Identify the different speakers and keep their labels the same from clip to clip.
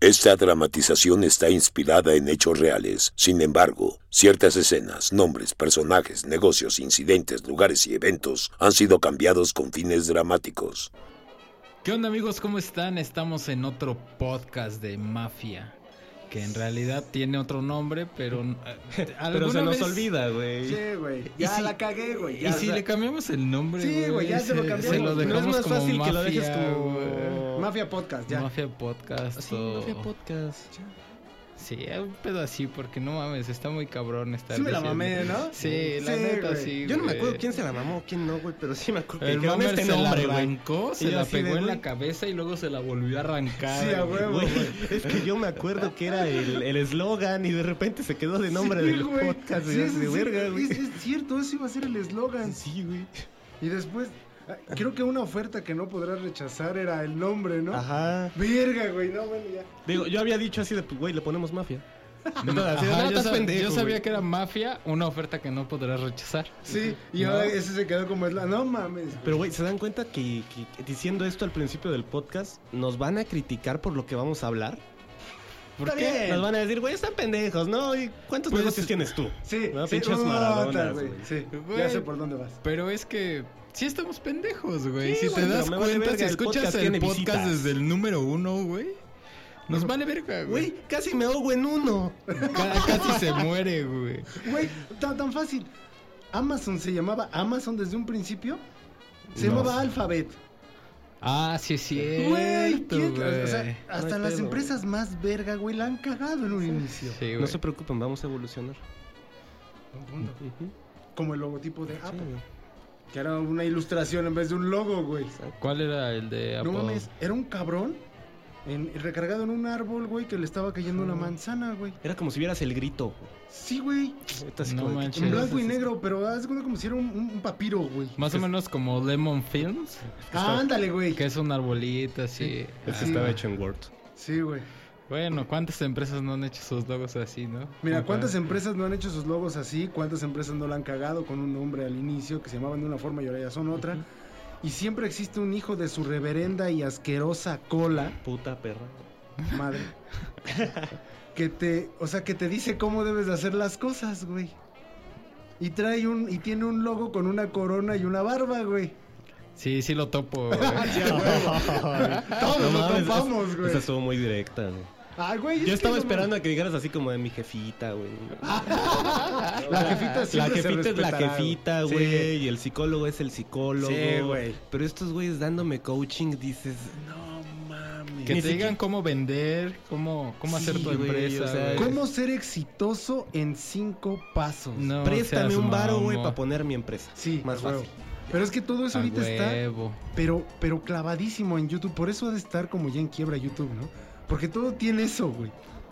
Speaker 1: Esta dramatización está inspirada en hechos reales. Sin embargo, ciertas escenas, nombres, personajes, negocios, incidentes, lugares y eventos han sido cambiados con fines dramáticos.
Speaker 2: ¿Qué onda amigos? ¿Cómo están? Estamos en otro podcast de mafia. Que en realidad tiene otro nombre, pero. eh,
Speaker 3: Pero
Speaker 2: alguna
Speaker 3: se nos
Speaker 2: vez-
Speaker 3: olvida, güey.
Speaker 4: Sí, güey.
Speaker 2: ¿Y
Speaker 4: Ya
Speaker 2: si-
Speaker 4: la cagué, güey.
Speaker 2: Y
Speaker 4: ya,
Speaker 2: si
Speaker 4: o sea,
Speaker 2: le cambiamos el nombre.
Speaker 4: Sí, güey, ya se lo cambiamos,
Speaker 2: lo
Speaker 4: pero es
Speaker 2: dejamos
Speaker 3: más
Speaker 2: como
Speaker 3: fácil
Speaker 2: mafia,
Speaker 3: que lo dejes como- eh,
Speaker 4: Mafia Podcast, ya.
Speaker 2: Mafia Podcast.
Speaker 3: Sí,
Speaker 2: o-
Speaker 3: Mafia Podcast.
Speaker 2: Sí, un pedo así, porque no mames, está muy cabrón estar.
Speaker 4: Sí me la
Speaker 2: diciendo-
Speaker 4: mamé, ¿no?
Speaker 2: Sí, la neta,
Speaker 4: güey.
Speaker 2: sí.
Speaker 3: Yo no me
Speaker 2: güey.
Speaker 3: acuerdo quién se la mamó, quién no, güey, pero sí me acuerdo que
Speaker 2: El
Speaker 3: dijeron
Speaker 2: mamer
Speaker 3: este
Speaker 2: se
Speaker 3: nombre,
Speaker 2: la
Speaker 3: güey.
Speaker 2: arrancó,
Speaker 3: Y
Speaker 2: se
Speaker 3: yo
Speaker 2: la
Speaker 3: así de,
Speaker 2: pegó en
Speaker 3: güey.
Speaker 2: la cabeza y luego se la volvió a arrancar.
Speaker 4: Sí, a
Speaker 2: güey.
Speaker 4: huevo,
Speaker 3: Güey,
Speaker 4: güey.
Speaker 3: es que yo me acuerdo que era el el eslogan y de repente se quedó de nombre
Speaker 4: Sí,
Speaker 3: del
Speaker 4: güey.
Speaker 3: podcast.
Speaker 4: Sí,
Speaker 3: güey, así
Speaker 4: sí,
Speaker 3: de
Speaker 4: sí,
Speaker 3: verga, güey.
Speaker 4: es, es cierto, eso iba a ser el eslogan.
Speaker 3: Sí, güey.
Speaker 4: Y después, ah, creo que una oferta que no podrás rechazar era el nombre, ¿no?
Speaker 3: Ajá.
Speaker 4: Verga, güey, no, bueno, ya.
Speaker 3: Digo, yo había dicho así de, pues, güey, le ponemos mafia. Entonces,
Speaker 2: Ajá,
Speaker 3: así de, no,
Speaker 2: yo,
Speaker 3: estás
Speaker 2: sab-
Speaker 3: pendejo,
Speaker 2: yo sabía
Speaker 3: güey.
Speaker 2: que era mafia, una oferta que no podrás rechazar.
Speaker 4: Sí, y
Speaker 2: No.
Speaker 4: ahora ese se quedó como eslogan. No mames. güey.
Speaker 3: Pero, güey, ¿se dan cuenta que, que- que diciendo esto al principio del podcast nos van a criticar por lo que vamos a hablar?
Speaker 2: ¿Por
Speaker 3: Está
Speaker 2: qué?
Speaker 3: bien, Nos van a decir, güey, están pendejos, ¿no? ¿Y ¿Cuántos
Speaker 2: Pues-
Speaker 3: negocios tienes tú?
Speaker 4: Sí,
Speaker 3: No,
Speaker 4: sí,
Speaker 3: pinches
Speaker 4: oh,
Speaker 3: maradonas,
Speaker 4: tal, güey.
Speaker 3: güey.
Speaker 4: Sí,
Speaker 2: Güey.
Speaker 4: ya sé por dónde vas.
Speaker 2: Pero es que sí estamos pendejos, güey.
Speaker 3: Sí,
Speaker 2: si te
Speaker 3: güey, pero
Speaker 2: das
Speaker 3: me vale
Speaker 2: cuenta,
Speaker 3: verga,
Speaker 2: si
Speaker 3: el
Speaker 2: escuchas
Speaker 3: podcast
Speaker 2: el
Speaker 3: tiene
Speaker 2: podcast
Speaker 3: visitas.
Speaker 2: desde el número uno, güey, nos vale verga,
Speaker 3: Güey,
Speaker 2: güey.
Speaker 3: casi me ahogo en uno.
Speaker 2: Ca- casi se muere, güey.
Speaker 4: Güey, tan, tan fácil. Amazon se llamaba Amazon desde un principio. Se
Speaker 3: No.
Speaker 4: llamaba Alphabet.
Speaker 2: Ah, sí es
Speaker 4: Güey,
Speaker 2: cierto,
Speaker 4: ¿quién-
Speaker 2: güey.
Speaker 4: o sea, hasta
Speaker 3: hay
Speaker 4: las
Speaker 3: pedo,
Speaker 4: empresas más verga, güey, la han cagado en un inicio.
Speaker 2: Sí, güey.
Speaker 3: No se preocupen, vamos a evolucionar. Ujú.
Speaker 4: Como el logotipo de
Speaker 3: Sí,
Speaker 4: Apple.
Speaker 3: güey.
Speaker 4: Que era una ilustración en vez de un logo, güey.
Speaker 2: ¿Cuál era el de Apple?
Speaker 4: No mames, era un cabrón en- recargado en un árbol, güey, que le estaba cayendo una manzana, güey.
Speaker 3: Era como si vieras el grito. güey.
Speaker 4: Sí, güey.
Speaker 3: Ahorita así
Speaker 2: No
Speaker 3: como de que-
Speaker 2: manches.
Speaker 4: En blanco y negro, pero haz de cuenta como si era un, un- un papiro, güey.
Speaker 2: Más o menos como Lemon Films,
Speaker 4: Ah, ándale, güey.
Speaker 2: que es un arbolito así. Ah.
Speaker 3: Es que
Speaker 4: Sí,
Speaker 3: Este estaba
Speaker 4: güey.
Speaker 3: hecho en Word.
Speaker 4: Sí, güey.
Speaker 2: Bueno, ¿cuántas empresas no han hecho sus logos así, no?
Speaker 4: Mira, ¿cuántas
Speaker 2: empresas?
Speaker 4: empresas no han hecho sus logos así? ¿Cuántas empresas no la han cagado con un nombre al inicio que se llamaban de una forma y ahora ya son otra? Y siempre existe un hijo de su reverenda y asquerosa cola,
Speaker 3: Puta perra.
Speaker 4: madre, que te, o sea, que te dice cómo debes de hacer las cosas, güey. Y trae un, y tiene un logo con una corona y una barba, güey.
Speaker 2: Sí, sí lo topo, güey.
Speaker 4: Ah, Todos
Speaker 3: No
Speaker 4: lo
Speaker 3: mames, es-
Speaker 4: topamos, güey.
Speaker 3: Esa estuvo muy directa, güey.
Speaker 4: Ay, güey. es
Speaker 3: Yo
Speaker 4: que
Speaker 3: estaba
Speaker 4: no
Speaker 3: esperando a que dijeras así como de mi jefita, güey.
Speaker 4: mames. La jefita
Speaker 3: La
Speaker 4: Ah, siempre se
Speaker 3: jefita es la
Speaker 4: respetará,
Speaker 3: jefita,
Speaker 4: Sí.
Speaker 3: güey. Y el psicólogo es el psicólogo.
Speaker 4: Sí, güey.
Speaker 3: Pero estos güeyes dándome coaching dices, no mames.
Speaker 2: Que
Speaker 3: Ni
Speaker 2: te
Speaker 3: siquiera-
Speaker 2: digan cómo vender, cómo, cómo
Speaker 3: Sí,
Speaker 2: hacer tu
Speaker 3: güey,
Speaker 2: empresa.
Speaker 3: o sea,
Speaker 2: güey.
Speaker 4: ¿Cómo ser exitoso en cinco pasos?
Speaker 2: No
Speaker 3: Préstame
Speaker 2: seas
Speaker 3: un varo,
Speaker 2: mamón.
Speaker 3: güey, para poner mi empresa.
Speaker 4: Sí,
Speaker 3: más
Speaker 4: a huevo.
Speaker 3: fácil.
Speaker 4: Pero es que todo
Speaker 3: Ah,
Speaker 4: eso
Speaker 2: A
Speaker 4: ahorita está,
Speaker 2: huevo.
Speaker 4: pero, pero clavadísimo en YouTube. Por eso ha de estar como ya en quiebra YouTube, ¿no? Porque todo tiene eso, güey.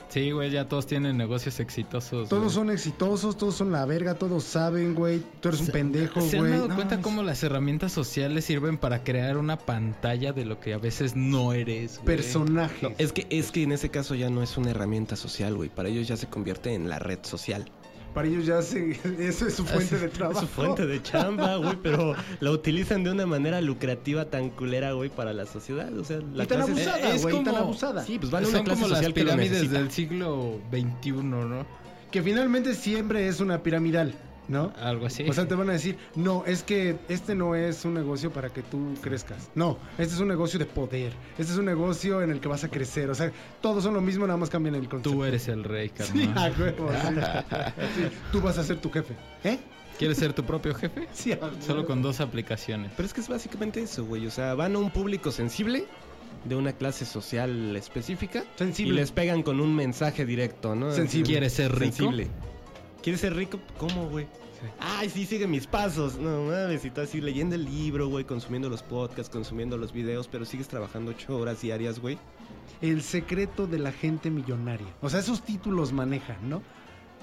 Speaker 2: Sí, güey, ya todos tienen negocios exitosos.
Speaker 4: Todos
Speaker 2: Pues, güey.
Speaker 4: son exitosos, todos son la verga, todos saben, güey. Tú eres un pendejo, güey.
Speaker 2: ¿Se han dado
Speaker 4: No,
Speaker 2: cuenta
Speaker 4: mames.
Speaker 2: cómo las herramientas sociales sirven para crear una pantalla de lo que a veces no eres? güey?
Speaker 4: Personajes.
Speaker 3: No, es que, es que en ese caso ya no es una herramienta social, güey. Para ellos ya se convierte en la red social.
Speaker 4: Para ellos ya se, eso
Speaker 2: Ah,
Speaker 4: es su fuente de trabajo.
Speaker 3: Es su fuente de chamba, güey, pero la utilizan de una manera lucrativa tan culera, güey, para la sociedad. O sea, la
Speaker 4: Y tan
Speaker 3: clase-
Speaker 4: abusada,
Speaker 2: es
Speaker 4: güey, tan
Speaker 2: como-
Speaker 4: abusada.
Speaker 3: Sí, pues van a una
Speaker 2: Son
Speaker 3: clase
Speaker 2: como las
Speaker 3: social que lo
Speaker 2: pirámides
Speaker 3: necesita.
Speaker 2: del siglo XXI, ¿no?
Speaker 4: Que finalmente siempre es una piramidal, ¿no?
Speaker 2: Algo así.
Speaker 4: O sea, te van a decir, no, es que este no es un negocio para que tú crezcas. No, este es un negocio de poder. Este es un negocio en el que vas a crecer. O sea, todos son lo mismo, nada más cambian el concepto.
Speaker 2: Tú eres el rey,
Speaker 4: Sí, a
Speaker 2: carnal.
Speaker 4: huevo, sí. Sí, tú vas a ser tu jefe. ¿Eh?
Speaker 2: ¿Quieres ser tu propio jefe?
Speaker 4: Sí, a huevo.
Speaker 2: Solo con dos aplicaciones.
Speaker 3: Pero es que es básicamente eso, güey. O sea, van a un público sensible de una clase social específica y
Speaker 4: Sensible.
Speaker 3: les pegan con un mensaje directo, ¿no?
Speaker 4: Sensible.
Speaker 2: ¿Quieres ser rico?
Speaker 3: Sensible. ¿Quieres ser rico? ¿Cómo, güey? Ay, sí, sigue mis pasos. No mames, y tú así leyendo el libro, güey, consumiendo los podcasts, consumiendo los videos, pero sigues trabajando ocho horas diarias, güey.
Speaker 4: El secreto de la gente millonaria. O sea, esos títulos manejan, ¿no?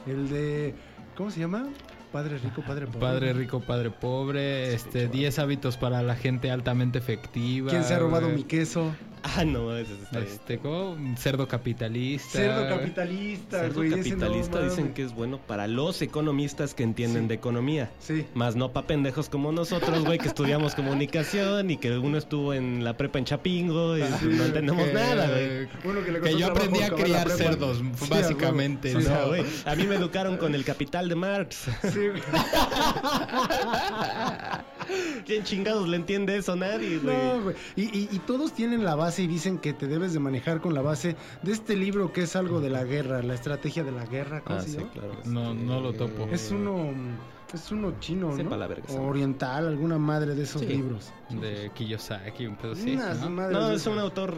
Speaker 4: El de... ¿Cómo se llama? Padre rico, padre pobre.
Speaker 2: Padre rico, padre pobre. Este, 10 hábitos para la gente altamente efectiva.
Speaker 4: ¿Quién se ha robado
Speaker 2: güey.
Speaker 4: mi queso?
Speaker 3: Ah, no, eso está bien.
Speaker 2: Este, como un cerdo capitalista.
Speaker 4: Cerdo
Speaker 2: güey.
Speaker 4: capitalista,
Speaker 3: Cerdo
Speaker 4: güey. ese no
Speaker 3: capitalista
Speaker 4: mames.
Speaker 3: dicen que es bueno para los economistas que entienden
Speaker 4: Sí.
Speaker 3: de economía.
Speaker 4: Sí.
Speaker 3: Más no pa' pendejos como nosotros, güey, que estudiamos comunicación y que uno estuvo en la prepa en Chapingo y
Speaker 4: Sí,
Speaker 3: no entendemos
Speaker 2: Que-
Speaker 3: nada, güey.
Speaker 4: Uno le
Speaker 2: Que
Speaker 4: costó
Speaker 2: yo
Speaker 4: trabajo
Speaker 2: aprendí a
Speaker 4: acabar la
Speaker 2: criar
Speaker 4: prepa.
Speaker 2: cerdos,
Speaker 4: Sí, a
Speaker 2: básicamente.
Speaker 4: huevo.
Speaker 3: O
Speaker 4: Sí,
Speaker 2: ¿no?
Speaker 3: sea, güey, a mí me educaron con el capital de Marx.
Speaker 4: Sí, güey.
Speaker 3: ¿Quién chingados le entiende eso? Nadie, güey.
Speaker 4: No, güey. Y, y- y todos tienen la base y dicen que te debes de manejar con la base de este libro que es algo de la guerra, la estrategia de la guerra, ¿cómo
Speaker 3: Ah,
Speaker 4: se
Speaker 3: sí,
Speaker 4: llama?
Speaker 3: claro.
Speaker 2: No,
Speaker 3: Este,
Speaker 2: no lo topo.
Speaker 4: Es uno, mm, es uno chino,
Speaker 3: Sepa
Speaker 4: ¿no?
Speaker 3: la verga,
Speaker 4: O
Speaker 3: sí.
Speaker 4: oriental, alguna madre de esos
Speaker 3: Sí.
Speaker 4: libros.
Speaker 2: De Kiyosaki, un pedo así.
Speaker 4: Unas
Speaker 2: ¿no?
Speaker 4: madres
Speaker 3: No,
Speaker 4: de
Speaker 3: es un
Speaker 4: esas.
Speaker 3: autor.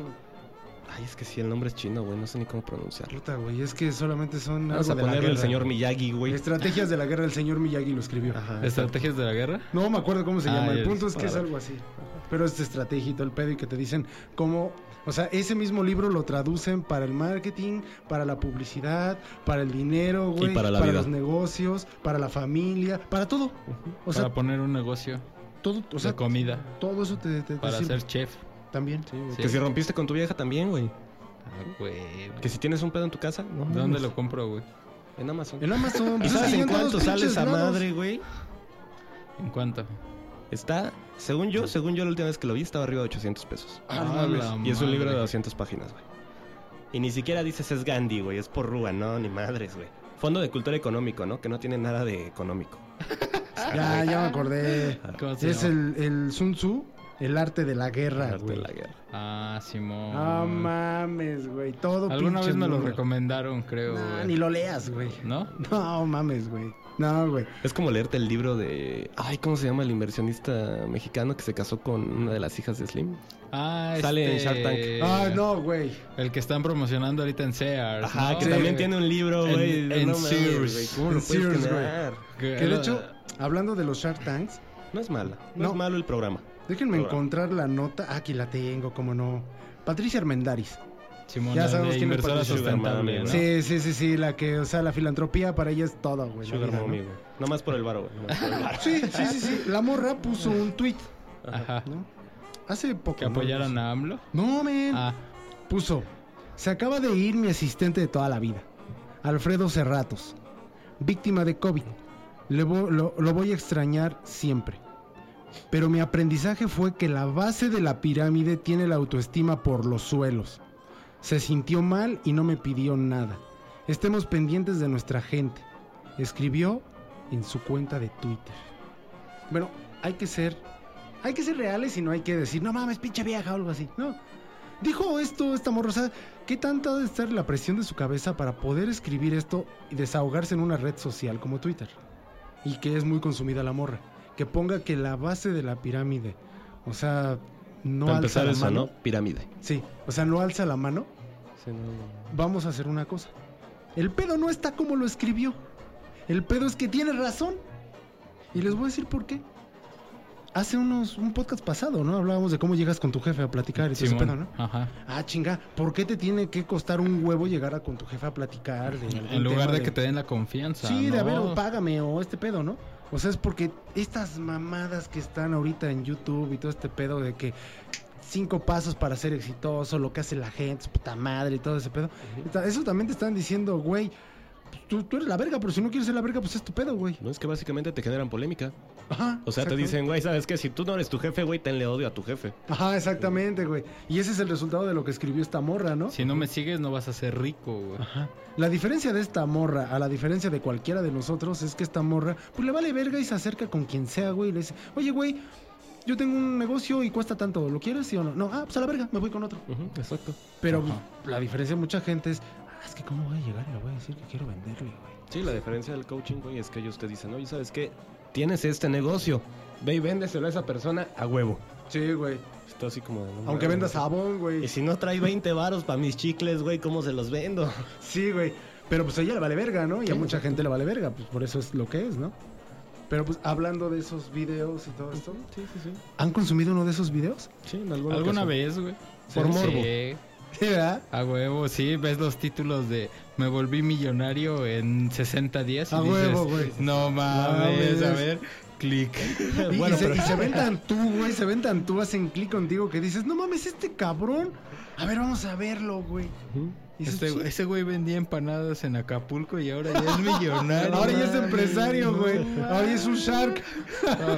Speaker 3: Ay, es que sí, el nombre es chino, güey. No sé ni cómo pronunciarlo.
Speaker 4: Puta, güey, es que solamente son
Speaker 3: Vamos
Speaker 4: algo
Speaker 3: a
Speaker 4: de la
Speaker 3: ponerle el
Speaker 4: guerra. Este,
Speaker 3: señor Miyagi, güey.
Speaker 4: Estrategias de la guerra, el señor Miyagi lo escribió.
Speaker 3: Ajá.
Speaker 2: ¿Estrategias de la guerra?
Speaker 4: No me acuerdo cómo se
Speaker 2: Ah,
Speaker 4: llama. El
Speaker 2: ya,
Speaker 4: punto es que es
Speaker 3: para-
Speaker 4: algo así. Pero es estrategia y todo el pedo y que te dicen cómo... O sea, ese mismo libro lo traducen para el marketing, para la publicidad, para el dinero, güey.
Speaker 3: para la vida.
Speaker 4: los negocios, para la familia, para todo. O sea,
Speaker 2: para poner un negocio
Speaker 4: todo... O sea,
Speaker 2: de comida.
Speaker 4: todo eso te, te- te
Speaker 2: Para
Speaker 4: sirve.
Speaker 2: ser chef.
Speaker 4: También.
Speaker 3: Que si rompiste con tu vieja también, güey.
Speaker 2: Ah, güey.
Speaker 3: Que si tienes un pedo en tu casa, no.
Speaker 2: ¿Dónde
Speaker 3: mames.
Speaker 2: lo compro, güey?
Speaker 3: En Amazon.
Speaker 4: En Amazon.
Speaker 3: ¿Y
Speaker 4: pues, es
Speaker 3: sabes
Speaker 4: que ya
Speaker 3: en
Speaker 4: todos
Speaker 3: cuánto
Speaker 4: los
Speaker 3: sale
Speaker 4: pinches
Speaker 3: esa
Speaker 4: lados.
Speaker 3: madre, güey?
Speaker 2: ¿En cuánto?
Speaker 3: Está, según yo, según yo la última vez que lo vi estaba arriba de 800 pesos.
Speaker 4: Ah, no
Speaker 2: A
Speaker 4: mames.
Speaker 2: la
Speaker 3: Y es un libro de
Speaker 2: madre.
Speaker 3: 200 páginas, güey. Y ni siquiera dices es Gandhi, güey, es por Rúa, no, ni madres, güey. Fondo de Cultura Económico, ¿no? Que no tiene nada de económico.
Speaker 4: Ah, Ya, ya me acordé.
Speaker 2: ¿Cómo se
Speaker 4: Es
Speaker 2: llama?
Speaker 4: el, el Sun Tzu, el arte de la guerra,
Speaker 3: Arte de
Speaker 4: güey.
Speaker 3: la Mm. guerra.
Speaker 2: Ah, Simón.
Speaker 4: No mames, güey. Todo
Speaker 2: Alguna
Speaker 4: pinche
Speaker 2: vez me lo
Speaker 4: mundo.
Speaker 2: recomendaron, creo.
Speaker 4: Nah,
Speaker 2: güey.
Speaker 4: ni lo leas, güey.
Speaker 2: ¿No?
Speaker 4: No mames, güey. No, güey.
Speaker 3: Es como leerte el libro de... Ay, ¿cómo se llama el inversionista mexicano que se casó con una de las hijas de Slim?
Speaker 2: Ah,
Speaker 3: Sale en
Speaker 2: este,
Speaker 3: Shark Tank.
Speaker 4: Ah, no, güey.
Speaker 2: El que están promocionando ahorita en Sears.
Speaker 3: Ajá,
Speaker 2: ¿no?
Speaker 3: que
Speaker 4: Sí,
Speaker 3: también
Speaker 4: güey.
Speaker 3: tiene un libro,
Speaker 2: En-
Speaker 3: güey.
Speaker 2: en
Speaker 3: mames,
Speaker 2: Sears.
Speaker 3: güey, ¿Cómo
Speaker 4: En
Speaker 3: lo puedes
Speaker 4: Sears,
Speaker 3: quedar?
Speaker 2: Que-
Speaker 4: Que de hecho,
Speaker 2: eh,
Speaker 4: hablando de los Shark Tanks,
Speaker 3: No es mala, no,
Speaker 4: No.
Speaker 3: es malo el programa.
Speaker 4: déjenme
Speaker 3: Ahora.
Speaker 4: encontrar la nota. Ah, Aquí la tengo, como no. Patricia Armendaris.
Speaker 2: Simón,
Speaker 4: Ya
Speaker 2: la
Speaker 4: sabemos
Speaker 2: de
Speaker 4: quién es
Speaker 2: inversora
Speaker 4: Patricia
Speaker 2: sustentable,
Speaker 3: Sugar
Speaker 2: ¿no?
Speaker 4: Sí, sí, sí, sí, la que, o sea, la filantropía para ella es todo, güey. la
Speaker 3: Sugar
Speaker 4: vida, Pues ¿no?
Speaker 3: Mommy, güey. Nomás por el varo, güey. nomás por el varo.
Speaker 4: Sí, sí, sí, sí. La morra puso un tweet,
Speaker 2: Ajá.
Speaker 4: ¿no? Hace poco.
Speaker 2: Que apoyaron
Speaker 4: ¿no?
Speaker 2: a AMLO.
Speaker 4: No, men.
Speaker 2: Ah,
Speaker 4: Puso, se acaba de ir mi asistente de toda la vida, Alfredo Cerratos, víctima de COVID. Le vo- lo, lo voy a extrañar siempre. Pero mi aprendizaje fue que la base de la pirámide tiene la autoestima por los suelos. Se sintió mal y no me pidió nada. Estemos pendientes de nuestra gente. Escribió en su cuenta de Twitter. Bueno, hay que ser... Hay que ser reales y no hay que decir, no mames, pinche vieja o algo así. No, Dijo esto esta morra, o sea, ¿qué tanta ha de estar la presión de su cabeza para poder escribir esto y desahogarse en una red social como Twitter? Y que es muy consumida la morra. Que ponga que la base de la pirámide, o sea, no
Speaker 3: Para
Speaker 4: alza
Speaker 3: empezar
Speaker 4: la
Speaker 3: eso,
Speaker 4: mano.
Speaker 3: ¿no? Pirámide.
Speaker 4: Sí, o sea, no alza la mano. Vamos a hacer una cosa. El pedo no está como lo escribió. El pedo es que tiene razón. Y les voy a decir por qué. Hace unos, un podcast pasado, ¿no? Hablábamos de cómo llegas con tu jefe a platicar y todo ese
Speaker 2: Simón.
Speaker 4: pedo, ¿no?
Speaker 2: Ajá.
Speaker 4: Ah, chinga, ¿por qué te tiene que costar un huevo llegar a con tu jefe a platicar? De
Speaker 2: En lugar de que te den la confianza.
Speaker 4: Sí, de
Speaker 2: ¿no?
Speaker 4: a ver, o págame o este pedo, ¿no? O sea, es porque estas mamadas que están ahorita en YouTube y todo este pedo de que cinco pasos para ser exitoso, lo que hace la gente, su puta madre y todo ese pedo. Está- Eso también te están diciendo, güey, pues, tú, tú eres la verga, pero si no quieres ser la verga, pues es tu pedo, güey.
Speaker 3: No, es que básicamente te generan polémica.
Speaker 4: Ajá.
Speaker 3: O sea, te
Speaker 4: exactamente.
Speaker 3: dicen, güey, ¿sabes qué? Si tú no eres tu jefe, güey, tenle odio a tu jefe.
Speaker 4: Ajá, exactamente, güey. Y ese es el resultado de lo que escribió esta morra, ¿no?
Speaker 2: Si no me sigues, no vas a ser rico, güey.
Speaker 4: Ah, La diferencia de esta morra a la diferencia de cualquiera de nosotros es que esta morra, pues le vale verga y se acerca con quien sea, güey, y le dice, oye, güey, yo tengo un negocio y cuesta tanto, ¿lo quieres, sí o no? No, ah, pues a la verga, me voy con otro.
Speaker 3: exacto.
Speaker 4: Pero
Speaker 2: Ajá.
Speaker 4: pues, la diferencia de mucha gente es, ah, es que cómo voy a llegar y le voy a decir que quiero venderle, güey.
Speaker 3: Sí, la diferencia del coaching, güey, es que ellos te dicen, oye, ¿sabes qué? Tienes este negocio. Ve y véndeselo a esa persona a huevo.
Speaker 4: Sí, güey.
Speaker 3: Está así como de... no
Speaker 4: Aunque
Speaker 3: mames.
Speaker 4: vendas jabón,
Speaker 3: Y
Speaker 4: güey.
Speaker 3: si no trae 20 varos para mis chicles, güey, ¿cómo se los vendo?
Speaker 4: Sí, güey. Pero pues a ella le vale verga, ¿no? Y a mucha gente le vale verga, pues por eso es lo que es, ¿no? Pero pues hablando de esos videos y todo esto,
Speaker 3: Sí, sí, sí.
Speaker 4: ¿han consumido uno de esos videos?
Speaker 3: Sí, en alguna
Speaker 2: ¿Alguna
Speaker 3: ocasión.
Speaker 2: vez, güey?
Speaker 4: Por morbo.
Speaker 2: Sí.
Speaker 4: Sí, ¿verdad?
Speaker 2: A huevo, sí, ves los títulos de Me volví millonario en 60 días y
Speaker 4: A huevo,
Speaker 2: dices,
Speaker 4: güey.
Speaker 2: no mames,
Speaker 4: mames".
Speaker 2: a ver, clic.
Speaker 4: Y,
Speaker 3: Bueno,
Speaker 4: y se,
Speaker 3: pero-
Speaker 4: y se ven tan tú, güey, se ven tan tú, hacen clic contigo que dices, no mames, este cabrón. A ver, vamos a verlo, güey. Y dices,
Speaker 2: Este,
Speaker 4: "Sí,
Speaker 2: ese güey vendía empanadas en Acapulco y ahora ya es millonario.
Speaker 4: Ahora ya es
Speaker 2: Mames,
Speaker 4: empresario,
Speaker 2: no
Speaker 4: güey.
Speaker 2: mames.
Speaker 4: Ahora ya es un shark.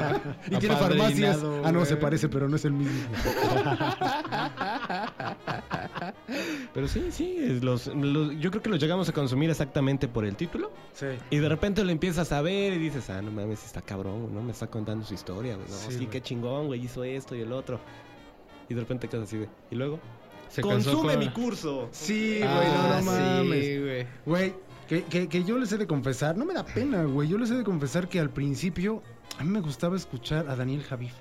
Speaker 4: y tiene farmacias.
Speaker 2: Apadrinado,
Speaker 4: Ah, no,
Speaker 2: güey.
Speaker 4: se parece, pero no es el mismo.
Speaker 3: Pero sí, sí, es los, los- yo creo que los llegamos a consumir exactamente por el título.
Speaker 4: Sí.
Speaker 3: Y de repente lo empiezas a ver y dices, ah, no mames, está cabrón, ¿no? Me está contando su historia, güey. No,
Speaker 4: Sí,
Speaker 3: sí,
Speaker 4: güey.
Speaker 3: qué chingón, güey, hizo esto y el otro. Y de repente quedas así de, y luego,
Speaker 2: Se casó
Speaker 3: consume
Speaker 2: con-
Speaker 3: mi curso.
Speaker 4: Sí, güey,
Speaker 2: Ah,
Speaker 4: no, no
Speaker 2: sí,
Speaker 4: mames.
Speaker 2: güey.
Speaker 4: Güey, que, que- que yo les he de confesar, no me da pena, güey. Yo les he de confesar que al principio a mí me gustaba escuchar a Daniel Javif.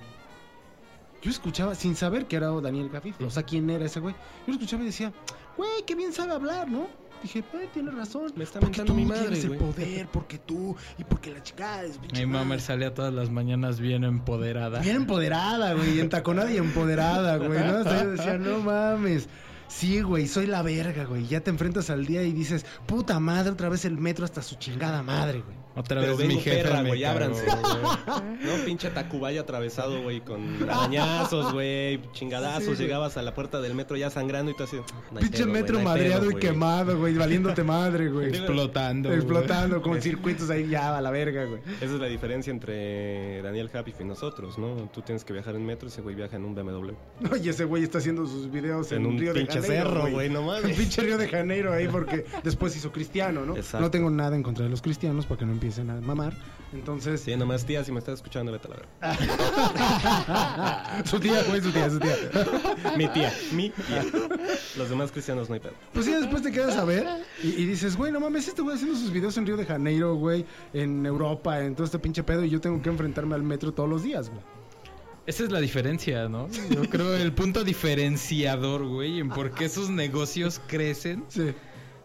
Speaker 4: Yo escuchaba sin saber que era Daniel Javif, o sea, quién era ese güey. Yo lo escuchaba y decía, güey, qué bien sabe hablar, ¿no? Dije, güey, tiene razón.
Speaker 3: Me está
Speaker 4: Porque
Speaker 3: mentando
Speaker 4: tú
Speaker 3: mi madre,
Speaker 4: tienes el
Speaker 3: güey.
Speaker 4: poder, porque tú, y porque la chica es
Speaker 2: Mi
Speaker 4: pinche
Speaker 2: mamá
Speaker 4: madre.
Speaker 2: salía todas las mañanas bien empoderada.
Speaker 4: Bien empoderada, güey, entaconada y empoderada, güey, ¿no? O sea, yo decía, no mames. Sí, güey, soy la verga, güey. Ya te enfrentas al día y dices, puta madre, otra vez el metro hasta su chingada madre, güey.
Speaker 2: Otra
Speaker 3: Pero
Speaker 2: vez mi
Speaker 3: vengo
Speaker 2: jefe
Speaker 3: perra,
Speaker 2: me
Speaker 3: güey,
Speaker 2: cagó,
Speaker 3: ábranse.
Speaker 2: güey.
Speaker 3: No, pinche Tacubaya atravesado, güey, con arañazos, güey, chingadazos. Llegabas a la puerta del metro ya sangrando y tú así. "No hay
Speaker 4: Pinche
Speaker 3: pedo,
Speaker 4: metro
Speaker 3: güey, no hay
Speaker 4: madreado
Speaker 3: pedo,
Speaker 4: y
Speaker 3: güey".
Speaker 4: quemado, güey, valiéndote madre, güey.
Speaker 2: Explotando. güey.
Speaker 4: Explotando con circuitos ahí ya a la verga, güey.
Speaker 3: Esa es la diferencia entre Daniel Happy y nosotros, ¿no? Tú tienes que viajar en metro, ese güey viaja en un BMW.
Speaker 4: No, y ese güey está haciendo sus videos en,
Speaker 3: En un
Speaker 4: Río de
Speaker 3: pinche
Speaker 4: Janeiro.
Speaker 3: cerro, güey, no mames.
Speaker 4: En pinche Río de Janeiro ahí, porque después hizo cristiano, ¿no?
Speaker 3: Exacto.
Speaker 4: No tengo nada en contra de los cristianos para que no empiecen a mamar. Entonces,
Speaker 3: Sí, nomás, tía, si me estás escuchando, vete a la verga.
Speaker 4: su tía, güey, su tía, su tía.
Speaker 3: Mi tía, mi tía. Los demás cristianos no hay pedo.
Speaker 4: Pues ya después te quedas a ver y, y dices, güey, no mames, este güey haciendo sus videos en Río de Janeiro, güey, en Europa, en todo este pinche pedo, y yo tengo que enfrentarme al metro todos los días, güey.
Speaker 2: Esa es la diferencia, ¿no? Yo creo el punto diferenciador, güey, en por qué sus negocios crecen.
Speaker 4: Sí.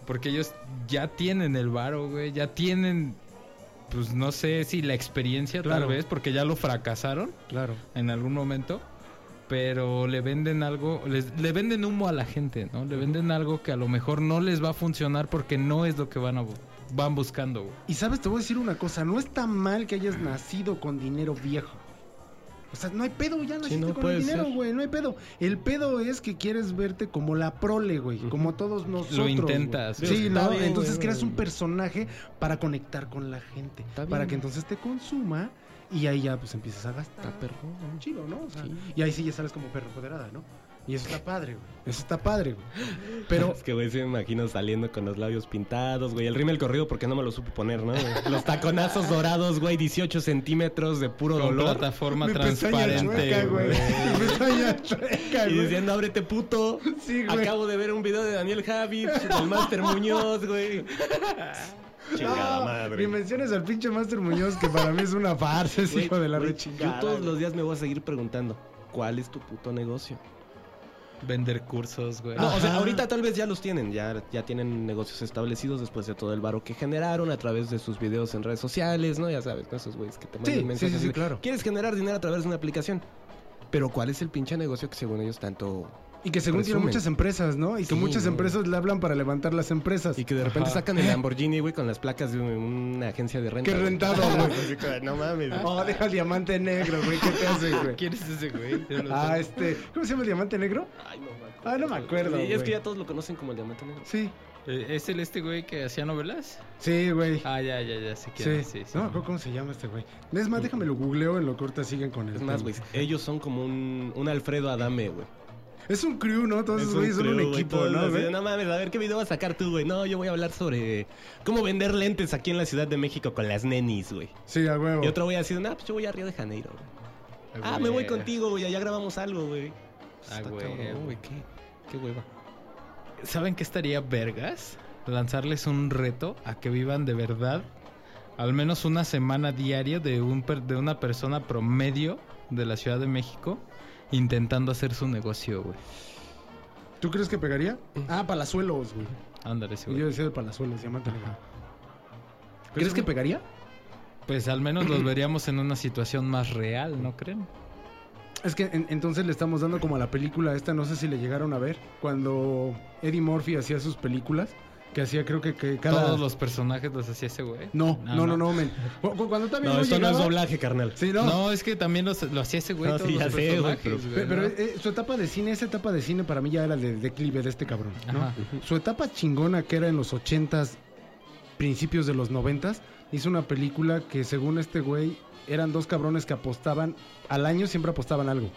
Speaker 2: Porque ellos ya tienen el varo, güey. Ya tienen, pues no sé si la experiencia
Speaker 4: Claro.
Speaker 2: tal vez, porque ya lo fracasaron
Speaker 4: Claro.
Speaker 2: en algún momento. Pero le venden algo, les- le venden humo a la gente, ¿no? Le venden algo que a lo mejor no les va a funcionar porque no es lo que van, a, bu- van buscando, güey.
Speaker 4: Y sabes, te voy a decir una cosa, no está mal que hayas nacido con dinero viejo. O sea, no hay pedo, ya naciste
Speaker 3: no,
Speaker 4: con el
Speaker 3: puede
Speaker 4: dinero,
Speaker 3: ser.
Speaker 4: güey, no hay pedo. El pedo es que quieres verte como la prole, güey, como todos nosotros. güey.
Speaker 2: intentas, güey.
Speaker 4: Sí,
Speaker 3: Está
Speaker 4: no,
Speaker 3: bien,
Speaker 4: entonces
Speaker 3: güey,
Speaker 4: creas
Speaker 3: güey.
Speaker 4: un personaje para conectar con la gente, para que entonces te consuma y ahí ya pues empiezas a gastar. chido, ¿no? O sea, Y ahí sí ya sales como perro empoderada, ¿no? Y eso está padre, güey. Eso está padre, güey. Pero
Speaker 3: Es que, güey, sí me imagino saliendo con los labios pintados, güey. El rímel corrido porque no me lo supe poner, ¿no? güey? Los taconazos dorados, güey, 18 centímetros de puro
Speaker 2: Con
Speaker 3: dolor.
Speaker 2: plataforma
Speaker 4: mi pestaña
Speaker 2: transparente,
Speaker 4: chueca, güey.
Speaker 2: güey.
Speaker 4: Mi pestaña chueca,
Speaker 3: Y
Speaker 4: güey.
Speaker 3: diciendo, ábrete puto.
Speaker 4: Sí, güey.
Speaker 3: Acabo de ver un video de Daniel Javi, del Master Muñoz, güey. Chingada
Speaker 4: No,
Speaker 3: madre.
Speaker 4: Ni menciones al pinche Master Muñoz, que para mí es una farsa, es
Speaker 3: Güey,
Speaker 4: hijo de la
Speaker 3: güey,
Speaker 4: rechingada.
Speaker 3: Yo todos los días me voy a seguir preguntando, ¿cuál es tu puto negocio?
Speaker 2: Vender cursos, güey.
Speaker 3: No, o sea,
Speaker 4: Ajá.
Speaker 3: ahorita tal vez ya los tienen, ya, ya tienen negocios establecidos después de todo el varo que generaron a través de sus videos en redes sociales, ¿no? Ya sabes, ¿no? esos güeyes que te mandan
Speaker 4: Sí,
Speaker 3: mensajes.
Speaker 4: sí, sí, sí,
Speaker 3: de,
Speaker 4: claro.
Speaker 3: ¿Quieres generar dinero a través de una aplicación? Pero ¿cuál es el pinche negocio que según ellos tanto...
Speaker 4: Y que según tiene
Speaker 3: Presumen.
Speaker 4: muchas empresas, ¿no? Y que
Speaker 3: Sí,
Speaker 4: muchas
Speaker 3: güey.
Speaker 4: empresas le hablan para levantar las empresas.
Speaker 3: Y que de repente
Speaker 2: Ajá.
Speaker 3: sacan el Lamborghini, güey, con las placas de un- una agencia de renta.
Speaker 4: Qué
Speaker 3: güey.
Speaker 4: rentado, güey.
Speaker 3: Así que, no mames.
Speaker 4: Oh, deja el diamante negro, güey. ¿Qué te hace, güey?
Speaker 2: ¿Quién es ese güey? Yo lo
Speaker 4: Ah,
Speaker 2: sé.
Speaker 4: este. ¿Cómo se llama el diamante negro?
Speaker 3: Ay, no me acuerdo.
Speaker 4: Ah, no me acuerdo,
Speaker 3: Y es
Speaker 4: güey.
Speaker 3: que ya todos lo conocen como el diamante negro.
Speaker 4: Sí.
Speaker 2: Eh, ¿Es el este güey que hacía novelas?
Speaker 4: Sí, güey.
Speaker 2: Ah, ya, ya, ya, sé quién
Speaker 4: Sí.
Speaker 2: es, sí, sí.
Speaker 4: No me acuerdo cómo se llama este güey. Es más, déjame lo googleo en lo corta siguen con el.
Speaker 3: Mm. Es más,
Speaker 4: tema.
Speaker 3: güey, ellos son como un, un Alfredo Adame, güey.
Speaker 4: Es un crew, ¿no? Todos esos
Speaker 3: un
Speaker 4: güeyes son un
Speaker 3: crew, güey,
Speaker 4: equipo,
Speaker 3: todos
Speaker 4: ¿no,
Speaker 3: así de,
Speaker 4: güey?
Speaker 3: No mames, a ver qué video vas a sacar tú, güey. No, yo voy a hablar sobre cómo vender lentes aquí en la Ciudad de México con las nenis, güey.
Speaker 4: Sí, a huevo.
Speaker 3: Y otro voy a decir, no, pues yo voy a Río de Janeiro, güey. Ah, me voy
Speaker 2: güey.
Speaker 3: contigo, güey, allá grabamos algo, güey. Pues,
Speaker 2: Ah,
Speaker 3: Está
Speaker 2: güey,
Speaker 3: cabrón, güey, qué, qué hueva.
Speaker 2: ¿Saben qué estaría vergas? Lanzarles un reto a que vivan de verdad al menos una semana diaria de, un per- de una persona promedio de la Ciudad de México intentando hacer su negocio, güey.
Speaker 4: ¿Tú crees que pegaría?
Speaker 3: Mm.
Speaker 4: Ah, palazuelos, güey.
Speaker 2: Ándale, ese
Speaker 4: Yo
Speaker 2: güey.
Speaker 4: decía de palazuelos, diamante negro. ¿Crees que pegaría?
Speaker 2: Pues al menos los veríamos en una situación más real, ¿no creen?
Speaker 4: Es que en- entonces le estamos dando como a la película esta, no sé si le llegaron a ver, cuando Eddie Murphy hacía sus películas, que hacía creo que, que cada...
Speaker 2: Todos los personajes los hacía ese güey. Ah,
Speaker 4: No, no, no, no, men. Cu- cu- Cuando también
Speaker 3: No, esto no es
Speaker 4: llegaba-
Speaker 3: doblaje, carnal.
Speaker 4: Sí, no.
Speaker 2: No, es que también los- lo hacía ese güey.
Speaker 3: No,
Speaker 2: todos
Speaker 3: sí, ya
Speaker 2: los
Speaker 3: sé, güey,
Speaker 2: personajes,
Speaker 3: pero-
Speaker 2: güey,
Speaker 4: Pe- Pero
Speaker 2: ¿no?
Speaker 4: eh, su etapa de cine, esa etapa de cine para mí ya era el de- declive de este cabrón, ¿no?
Speaker 2: Ajá.
Speaker 4: Su etapa chingona que era en los 80s, principios de los 90s, hizo una película que según este güey eran dos cabrones que apostaban, al año siempre apostaban algo.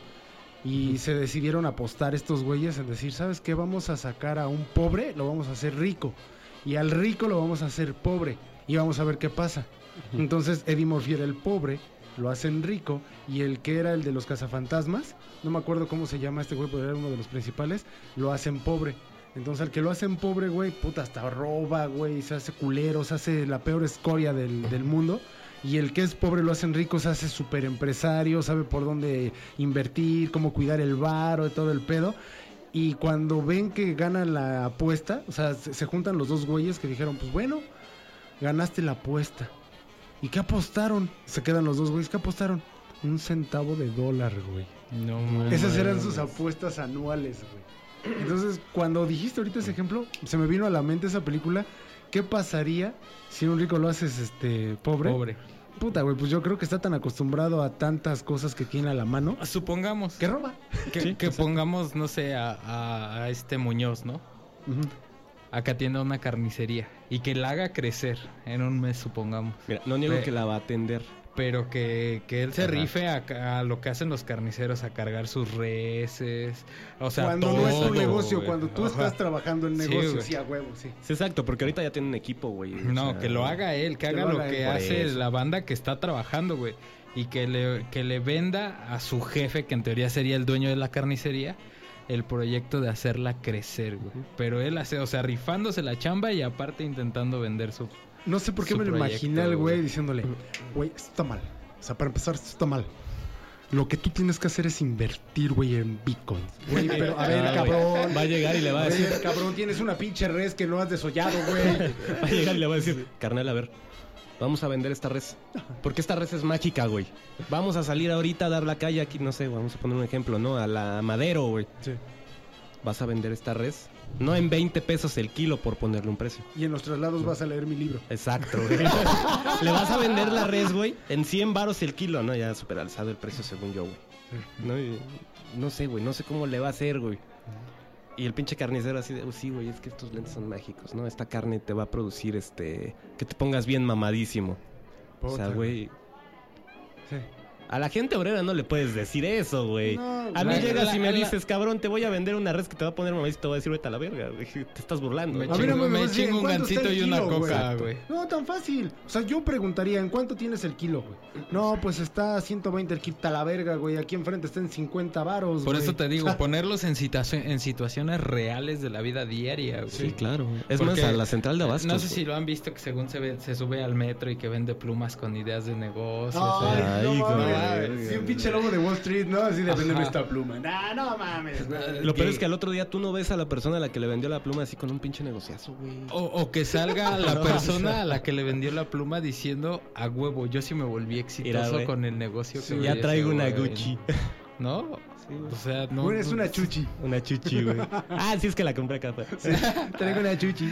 Speaker 4: Y se decidieron apostar estos güeyes en decir, ¿sabes qué? Vamos a sacar a un pobre, lo vamos a hacer rico. Y al rico lo vamos a hacer pobre. Y vamos a ver qué pasa. Entonces Eddie Murphy era el pobre, lo hacen rico. Y el que era el de los cazafantasmas, no me acuerdo cómo se llama este güey, pero era uno de los principales, lo hacen pobre. Entonces al que lo hacen pobre, güey, puta, hasta roba, güey, se hace culero, se hace la peor escoria del, del mundo. Y el que es pobre lo hacen rico, se hace súper empresario, sabe por dónde invertir, cómo cuidar el bar o todo el pedo. Y cuando ven que gana la apuesta, o sea, se, se juntan los dos güeyes que dijeron, pues bueno, ganaste la apuesta. ¿Y qué apostaron? Se quedan los dos güeyes, ¿qué apostaron? Un centavo de dólar, güey.
Speaker 2: No, mames.
Speaker 4: Esas eran sus apuestas anuales, güey. Entonces, cuando dijiste ahorita ese ejemplo, se me vino a la mente esa película. ¿Qué pasaría si un rico lo haces este pobre?
Speaker 2: Pobre.
Speaker 4: Puta, güey, pues yo creo que está tan acostumbrado a tantas cosas que tiene a la mano
Speaker 2: Supongamos
Speaker 4: que roba.
Speaker 2: que, que pongamos, no sé, a, a- a este Muñoz, ¿no? A que atienda una carnicería y que la haga crecer en un mes, supongamos.
Speaker 3: Mira, no niego
Speaker 2: Ve.
Speaker 3: que la va a atender.
Speaker 2: Pero que, que él se
Speaker 3: Ajá.
Speaker 2: rife a, ca- a lo que hacen los carniceros, a cargar sus reses. O sea,
Speaker 4: cuando no es
Speaker 2: todo,
Speaker 4: tu negocio,
Speaker 2: güey.
Speaker 4: cuando tú
Speaker 2: Ajá.
Speaker 4: estás trabajando en
Speaker 2: Sí,
Speaker 4: negocio,
Speaker 2: güey.
Speaker 4: sí, a huevo, sí.
Speaker 3: Sí, exacto, porque ahorita ya tienen equipo, güey. o
Speaker 2: No,
Speaker 3: sea,
Speaker 2: que lo haga él, que,
Speaker 4: que
Speaker 2: haga
Speaker 4: lo
Speaker 2: lo
Speaker 4: haga
Speaker 2: que
Speaker 4: él.
Speaker 3: Por
Speaker 2: hace
Speaker 3: eso.
Speaker 2: la banda que está trabajando, güey. Y que le, que le venda a su jefe, que en teoría sería el dueño de la carnicería, el proyecto de hacerla crecer, güey. Pero él hace, o sea, rifándose la chamba y aparte intentando vender su...
Speaker 4: No sé por qué
Speaker 2: Su
Speaker 4: me lo
Speaker 2: proyecto,
Speaker 4: imaginé al güey
Speaker 2: güey.
Speaker 4: diciéndole, güey, esto está mal. O sea, para empezar, esto está mal. Lo que tú tienes que hacer es invertir, güey, en Bitcoin. Güey, pero a ver,
Speaker 3: Ah,
Speaker 4: cabrón.
Speaker 3: Va a llegar y le va a decir.
Speaker 4: Güey, cabrón, tienes una pinche res que no has desollado, güey.
Speaker 3: Va a llegar y le va a decir, carnal, a ver, vamos a vender esta res. Porque esta res es mágica, güey. Vamos a salir ahorita a dar la calle aquí, no sé, vamos a poner un ejemplo, ¿no? A la Madero, güey. Vas a vender esta res. No en 20 pesos el kilo por ponerle un precio.
Speaker 4: Y en los traslados vas a leer mi libro.
Speaker 3: Exacto, güey. Le vas a vender la res, güey, en 100 varos el kilo, ¿no? Ya super alzado el precio según yo, güey. No, Y- no sé, güey, no sé cómo le va a hacer, güey. Y el pinche carnicero así de, "Oh, sí, güey, es que estos lentes son mágicos, ¿no? Esta carne te va a producir, este, que te pongas bien mamadísimo. o sea,
Speaker 4: Puta,
Speaker 3: güey,
Speaker 4: Sí.
Speaker 3: a la gente obrera no le puedes decir eso, güey.
Speaker 4: No,
Speaker 3: a mí
Speaker 2: güey.
Speaker 3: llegas y
Speaker 2: La-
Speaker 3: me
Speaker 2: la-
Speaker 3: dices, cabrón, te voy a vender una res que te va a poner mamadísimo y te voy a decir, vete a la verga, güey. Te estás burlando.
Speaker 2: Me
Speaker 3: güey".
Speaker 4: A mí no
Speaker 2: chingo,
Speaker 4: me
Speaker 2: me
Speaker 4: vas a decir,
Speaker 2: chingo un
Speaker 4: ¿en cuánto está
Speaker 2: gancito
Speaker 4: el
Speaker 2: y una
Speaker 4: kilo, güey?
Speaker 2: coca,
Speaker 4: Exacto.
Speaker 2: güey.
Speaker 4: No, tan fácil. O sea, yo preguntaría, ¿en cuánto tienes el kilo, güey? No, pues está a 120 el kilo, a la verga, güey. Aquí enfrente está en 50 varos,
Speaker 2: Por
Speaker 4: güey.
Speaker 2: eso te digo,
Speaker 4: Ah,
Speaker 2: ponerlos en, situaci- en situaciones reales de la vida diaria, güey.
Speaker 3: Sí, claro. Es
Speaker 2: Porque- eh,
Speaker 3: más, a la central de abastos.
Speaker 2: No sé
Speaker 3: güey.
Speaker 2: si lo han visto que según se, ve- se sube al metro y que vende plumas con ideas de negocios.
Speaker 4: Ay, no
Speaker 3: Ay,
Speaker 4: mames.
Speaker 3: güey.
Speaker 4: Sí, un pinche lobo de Wall Street, ¿no? Así de véndeme
Speaker 2: Ajá.
Speaker 4: esta pluma. Nah, no mames, güey.
Speaker 3: Lo peor es que al otro día tú no ves a la persona a la que le vendió la pluma así con un pinche negociazo, güey.
Speaker 2: O, o que salga la
Speaker 3: No, o
Speaker 2: persona
Speaker 3: sea.
Speaker 2: a la que le vendió la pluma diciendo a huevo, yo sí me volví exitoso
Speaker 3: güey.
Speaker 2: con el negocio. que
Speaker 4: Sí,
Speaker 2: me
Speaker 3: ya
Speaker 2: hice,
Speaker 3: traigo una
Speaker 2: güey".
Speaker 3: Gucci.
Speaker 2: ¿No? O sea, no.
Speaker 4: Güey, es una
Speaker 2: no-
Speaker 4: chuchi.
Speaker 3: Una chuchi, güey. Ah, sí es que la compré acá. pues.
Speaker 4: Traigo una chuchi.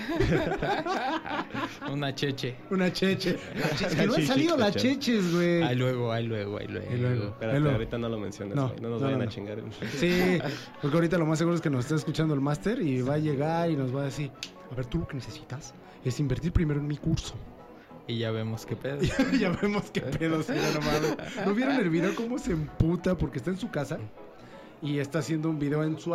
Speaker 2: Una cheche.
Speaker 4: Una cheche. Es que no han
Speaker 3: Cheche,
Speaker 4: salido las
Speaker 3: cheche.
Speaker 4: cheches, güey.
Speaker 2: Ahí luego, ahí luego, ahí
Speaker 4: Y luego.
Speaker 2: luego.
Speaker 3: Espérate,
Speaker 4: Velo.
Speaker 3: ahorita no lo mencionas,
Speaker 4: No,
Speaker 3: güey. No, nos
Speaker 4: no,
Speaker 3: vayan
Speaker 4: no,
Speaker 3: a
Speaker 4: no.
Speaker 3: chingar.
Speaker 4: Sí, porque ahorita lo más seguro es que nos está escuchando el máster y va a llegar y nos va a decir, a ver, tú lo que necesitas es invertir primero en mi curso.
Speaker 2: Y ya vemos qué pedo.
Speaker 4: Y ya vemos qué pedo, sí, no mames. ¿No vieron el video cómo se emputa porque está en su casa y está haciendo un video en su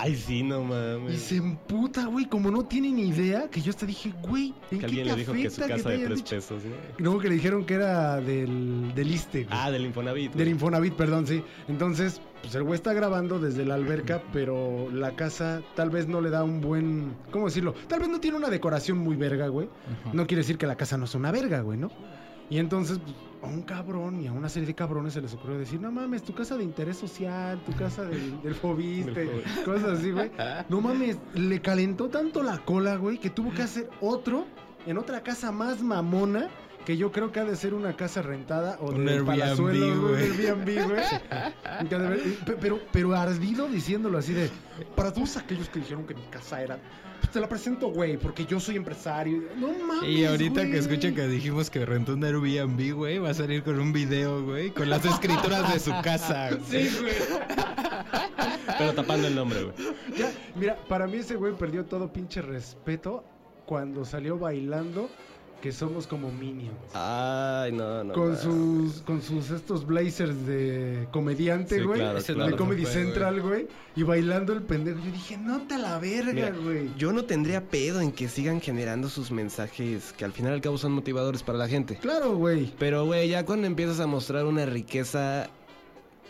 Speaker 3: Ay, sí, no
Speaker 4: Y
Speaker 3: mames.
Speaker 4: se emputa, güey, como no tiene ni idea, que yo hasta dije, güey,
Speaker 3: Que
Speaker 4: ¿en qué
Speaker 3: alguien
Speaker 4: te
Speaker 3: le dijo que su
Speaker 4: afecta
Speaker 3: casa
Speaker 4: te
Speaker 3: de
Speaker 4: hayan
Speaker 3: tres
Speaker 4: dicho?
Speaker 3: pesos, ¿no?
Speaker 4: Y luego que le dijeron que era del, del ISTE, güey.
Speaker 3: Ah, del Infonavit.
Speaker 4: Del
Speaker 3: güey.
Speaker 4: Infonavit, perdón, sí. Entonces, pues el güey está grabando desde la alberca, pero la casa tal vez no le da un buen. ¿Cómo decirlo? Tal vez no tiene una decoración muy verga, güey.
Speaker 2: Ajá.
Speaker 4: No quiere decir que la casa no sea una verga, güey, ¿no? Y entonces, pues, a un cabrón y a una serie de cabrones se les ocurrió decir: No mames, tu casa de interés social, tu casa del, del fobiste,
Speaker 3: Del fobiste.
Speaker 4: cosas así, güey. No mames, le calentó tanto la cola, güey, que tuvo que hacer otro en otra casa más mamona que yo creo que ha de ser una casa rentada o de
Speaker 2: Un
Speaker 4: un
Speaker 2: Airbnb,
Speaker 4: palazuelo, un
Speaker 2: güey.
Speaker 4: Airbnb, güey. Que ha de haber- pe- Pero, pero ardido diciéndolo así de, para todos aquellos que dijeron que mi casa era, pues te la presento, güey, porque yo soy empresario. No mames,
Speaker 2: Y ahorita
Speaker 4: güey.
Speaker 2: que escuchen que dijimos que rentó un Airbnb, güey, va a salir con un video, güey, con las escrituras de su casa.
Speaker 4: Sí, güey.
Speaker 3: Pero tapando el nombre, güey.
Speaker 4: Ya, mira, para mí ese güey perdió todo pinche respeto cuando salió bailando que somos como minions.
Speaker 3: Ay, Ah, no, no.
Speaker 4: Con
Speaker 3: mames.
Speaker 4: sus, con sus estos blazers de comediante,
Speaker 3: Sí,
Speaker 4: güey.
Speaker 3: claro,
Speaker 2: Ese
Speaker 3: claro.
Speaker 4: de Comedy
Speaker 2: fue,
Speaker 4: Central, güey. Y bailando el pendejo. Yo dije, no te la verga,
Speaker 3: Mira,
Speaker 4: güey.
Speaker 3: Yo no tendría pedo en que sigan generando sus mensajes que al final y al cabo son motivadores para la gente.
Speaker 4: Claro, güey.
Speaker 3: Pero, güey, ya cuando empiezas a mostrar una riqueza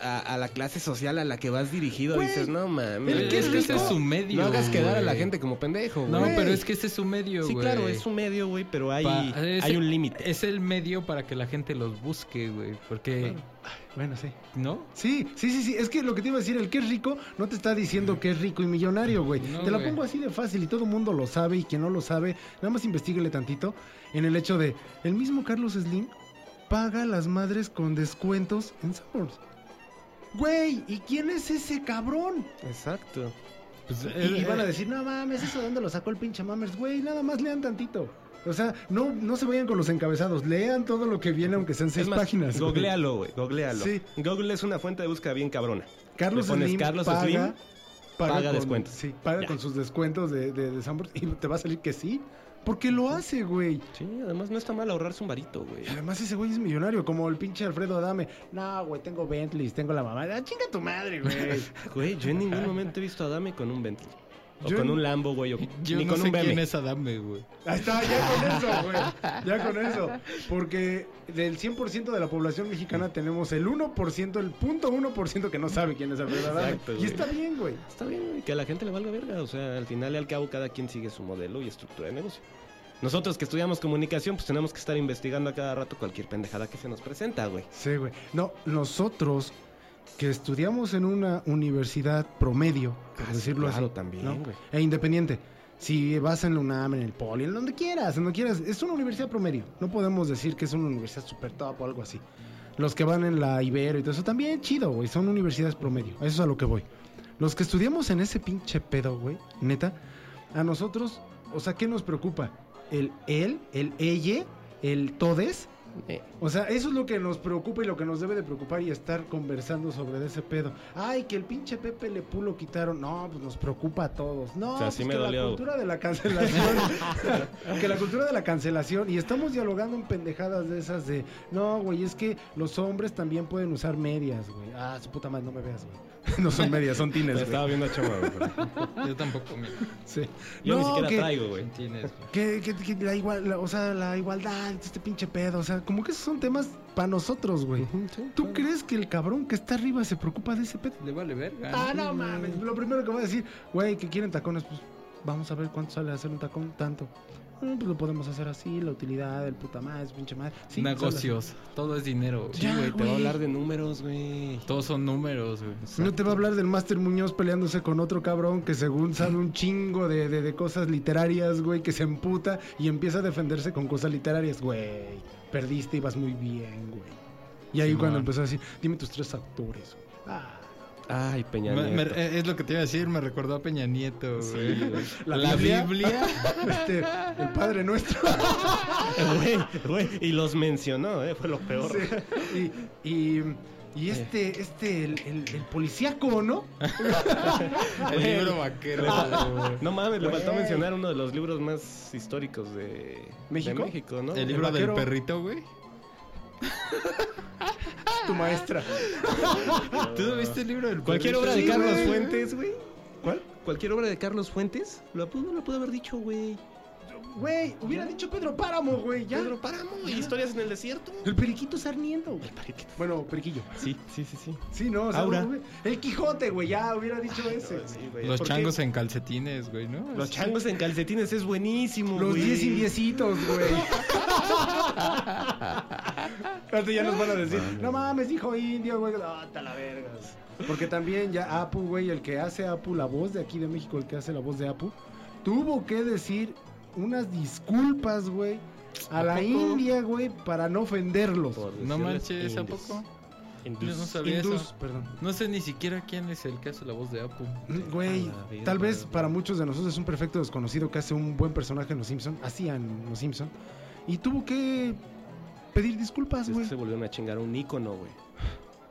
Speaker 3: a, a la clase social a la que vas dirigido,
Speaker 4: Güey,
Speaker 3: dices, no mames.
Speaker 4: el
Speaker 2: Es
Speaker 4: que
Speaker 2: que
Speaker 4: es
Speaker 2: ese es
Speaker 4: rico,
Speaker 2: su medio.
Speaker 3: No hagas quedar a la
Speaker 2: güey.
Speaker 3: gente como pendejo,
Speaker 2: No,
Speaker 3: güey.
Speaker 2: pero es que ese es su medio,
Speaker 3: Sí,
Speaker 2: güey.
Speaker 3: claro, es un medio, güey, pero hay,
Speaker 2: Pa- es-
Speaker 3: hay un límite.
Speaker 2: Es el medio para que la gente los busque, güey. Porque,
Speaker 4: Bueno, sí.
Speaker 2: ¿no?
Speaker 4: Sí, sí, sí, sí. Es que lo que te iba a decir, el que es rico no te está diciendo que es rico y millonario, güey.
Speaker 2: No,
Speaker 4: te la
Speaker 2: güey.
Speaker 4: pongo así de fácil y todo el mundo lo sabe y quien no lo sabe, nada más investiguele tantito en el hecho de, el mismo Carlos Slim paga a las madres con descuentos en Sambors. Güey, ¿y quién es ese cabrón?
Speaker 3: Exacto.
Speaker 2: Pues,
Speaker 4: Y,
Speaker 2: eh,
Speaker 4: y van a decir, no mames, eso de dónde lo sacó el pinche mamers, güey, nada más lean tantito. O sea, no, no se vayan con los encabezados, lean todo lo que viene, aunque sean seis
Speaker 3: Es más,
Speaker 4: páginas. güey.
Speaker 3: Googlealo, güey, googlealo.
Speaker 4: Sí.
Speaker 3: Google es una fuente de búsqueda bien cabrona.
Speaker 4: Carlos
Speaker 3: Le pones
Speaker 4: Slim
Speaker 3: Carlos
Speaker 4: paga,
Speaker 3: Slim, paga
Speaker 4: con,
Speaker 3: descuentos.
Speaker 4: Sí, paga
Speaker 3: Ya.
Speaker 4: con sus descuentos de, de, de Sanborns y te va a salir que sí, porque lo hace, güey.
Speaker 3: Sí, además no está mal ahorrarse un varito, güey.
Speaker 4: Y además ese güey es millonario, como el pinche Alfredo Adame. No, güey, tengo Bentleys, tengo la mamá. Ah, chinga tu madre, güey.
Speaker 3: Güey, yo en ningún momento he visto a Dame con un Bentley. O
Speaker 4: Yo
Speaker 3: con
Speaker 4: en-
Speaker 3: un Lambo, güey, o
Speaker 2: Yo
Speaker 3: ni
Speaker 2: no
Speaker 3: con
Speaker 2: sé
Speaker 3: un
Speaker 2: quién
Speaker 3: BMW.
Speaker 2: es Adame, güey.
Speaker 4: Ahí está, ya con eso, güey. Ya con eso. Porque del 100% de la población mexicana tenemos el 1%, el punto 1% que no sabe quién es Alfredo Adame.
Speaker 3: Exacto,
Speaker 4: y
Speaker 3: güey.
Speaker 4: está bien, güey.
Speaker 3: Está bien, güey, que a la gente le valga verga. O sea, al final y al cabo cada quien sigue su modelo y estructura de negocio. Nosotros que estudiamos comunicación, pues tenemos que estar investigando a cada rato cualquier pendejada que se nos presenta, güey.
Speaker 4: Sí, güey. No, nosotros que estudiamos en una universidad promedio, por
Speaker 3: Ah, sí,
Speaker 4: decirlo
Speaker 3: claro,
Speaker 4: así,
Speaker 3: también,
Speaker 4: ¿no?
Speaker 3: güey.
Speaker 4: e independiente. Si vas en la UNAM, en el Poli, en donde quieras, en donde quieras, es una universidad promedio. No podemos decir que es una universidad super top o algo así. Los que van en la Ibero y todo eso también chido, güey, son universidades promedio. A Eso es a lo que voy. Los que estudiamos en ese pinche pedo, güey, neta, a nosotros, o sea, ¿qué nos preocupa? El él, el ella, el todes, o sea, eso es lo que nos preocupa y lo que nos debe de preocupar y estar conversando sobre ese pedo. Ay, que el pinche Pepe Le Pú lo quitaron. No, pues nos preocupa a todos. No,
Speaker 3: O sea,
Speaker 4: pues
Speaker 3: sí me
Speaker 4: que la
Speaker 3: dolió.
Speaker 4: cultura de la cancelación. que la cultura de la cancelación. Y estamos dialogando en pendejadas de esas de, no, güey, es que los hombres también pueden usar medias, güey. Ah, su puta madre, no me veas, güey. no son medias, son tines, güey.
Speaker 3: Estaba viendo a Choma, güey. pero
Speaker 2: Yo tampoco, mira.
Speaker 4: Sí.
Speaker 3: Yo ni
Speaker 4: No,
Speaker 3: siquiera
Speaker 4: que-
Speaker 3: traigo, güey.
Speaker 2: Tienes, güey.
Speaker 4: Que, que- que la, igual, la- o sea, la igualdad, este pinche pedo, o sea, como que esos son temas para nosotros, güey. ¿Tú crees que el cabrón que está arriba se preocupa de ese pedo?
Speaker 2: Le vale verga.
Speaker 4: Ah, no mames. Lo primero que voy a decir, güey, que quieren tacones, pues vamos a ver cuánto sale hacer un tacón, tanto. Bueno, pues lo podemos hacer así, la utilidad, el puta madre, su pinche madre. Sí,
Speaker 2: Negocios. Todo es dinero, güey.
Speaker 3: Sí, güey, te va
Speaker 4: güey.
Speaker 3: a hablar de números, güey.
Speaker 2: Todos son números, güey.
Speaker 4: sale. No te va a hablar del Master Muñoz peleándose con otro cabrón que según sabe un chingo de, de- de cosas literarias, güey, que se emputa y empieza a defenderse con cosas literarias, güey. Perdiste, ibas muy bien, güey. Y ahí
Speaker 2: Simón.
Speaker 4: cuando empezó a decir, dime tus tres actores, güey. Ah,
Speaker 3: Ay, Peña
Speaker 2: Me- me-
Speaker 3: Nieto.
Speaker 2: eh, es lo que te iba a decir, me recordó a Peña Nieto, güey.
Speaker 3: Sí, güey.
Speaker 2: la,
Speaker 4: La Biblia.
Speaker 2: Biblia.
Speaker 4: este, el padre nuestro.
Speaker 3: Güey, güey, y los mencionó, eh, fue lo peor.
Speaker 4: Sí, Y, y- y
Speaker 3: Eh.
Speaker 4: este, este, el, el, el policíaco, ¿no?
Speaker 2: el libro vaquero. güey.
Speaker 3: No mames, le faltó
Speaker 4: Güey.
Speaker 3: mencionar uno de los libros más históricos de
Speaker 4: ¿México?
Speaker 3: de México ¿no?
Speaker 2: el libro del
Speaker 4: vaquero.
Speaker 2: perrito, güey.
Speaker 3: Ah.
Speaker 4: Tu maestra.
Speaker 2: ¿Tú no viste el libro del
Speaker 3: Cualquier
Speaker 2: perrito?
Speaker 3: obra
Speaker 4: Sí,
Speaker 3: de Carlos
Speaker 4: güey.
Speaker 3: Fuentes, güey.
Speaker 4: ¿Cuál?
Speaker 3: Cualquier obra de Carlos Fuentes, lo pudo, lo pudo haber dicho, güey.
Speaker 4: Güey, hubiera dicho Pedro Páramo, güey, ya.
Speaker 3: Pedro Páramo y historias en el desierto.
Speaker 4: El periquito Sarniento, güey. Bueno, periquillo.
Speaker 3: Sí, sí, sí, sí.
Speaker 4: Sí, no, o sea,
Speaker 3: Aura.
Speaker 4: güey, El Quijote, güey, ya hubiera dicho ese. güey.
Speaker 2: Los changos en calcetines, güey, ¿no?
Speaker 3: Los changos en calcetines es buenísimo,
Speaker 4: Los
Speaker 3: güey.
Speaker 4: 10 indiecitos, güey. Ahorita ya nos van a decir,
Speaker 3: Ah,
Speaker 4: no mames, hijo indio, güey. Ah, te la vergas. Porque también ya Apu, güey, el que hace Apu, la voz de aquí de México, el que hace la voz de Apu, tuvo que decir unas disculpas, güey, a la
Speaker 2: poco?
Speaker 4: India, güey, para no ofenderlos.
Speaker 3: por
Speaker 2: No
Speaker 3: decirles
Speaker 2: manches, ¿a
Speaker 3: hindus.
Speaker 2: poco?
Speaker 3: Hindus.
Speaker 2: Yo no sabía
Speaker 4: Hindús,
Speaker 2: eso.
Speaker 4: perdón.
Speaker 2: No sé ni siquiera quién es el que hace la voz de Apu.
Speaker 4: Güey,
Speaker 3: A la verga,
Speaker 4: tal vez
Speaker 3: güey.
Speaker 4: para muchos de nosotros es un perfecto desconocido que hace un buen personaje en Los Simpson, hacían Los Simpson, y tuvo que pedir disculpas,
Speaker 3: Es que
Speaker 4: güey.
Speaker 3: se volvieron a chingar a un ícono, güey.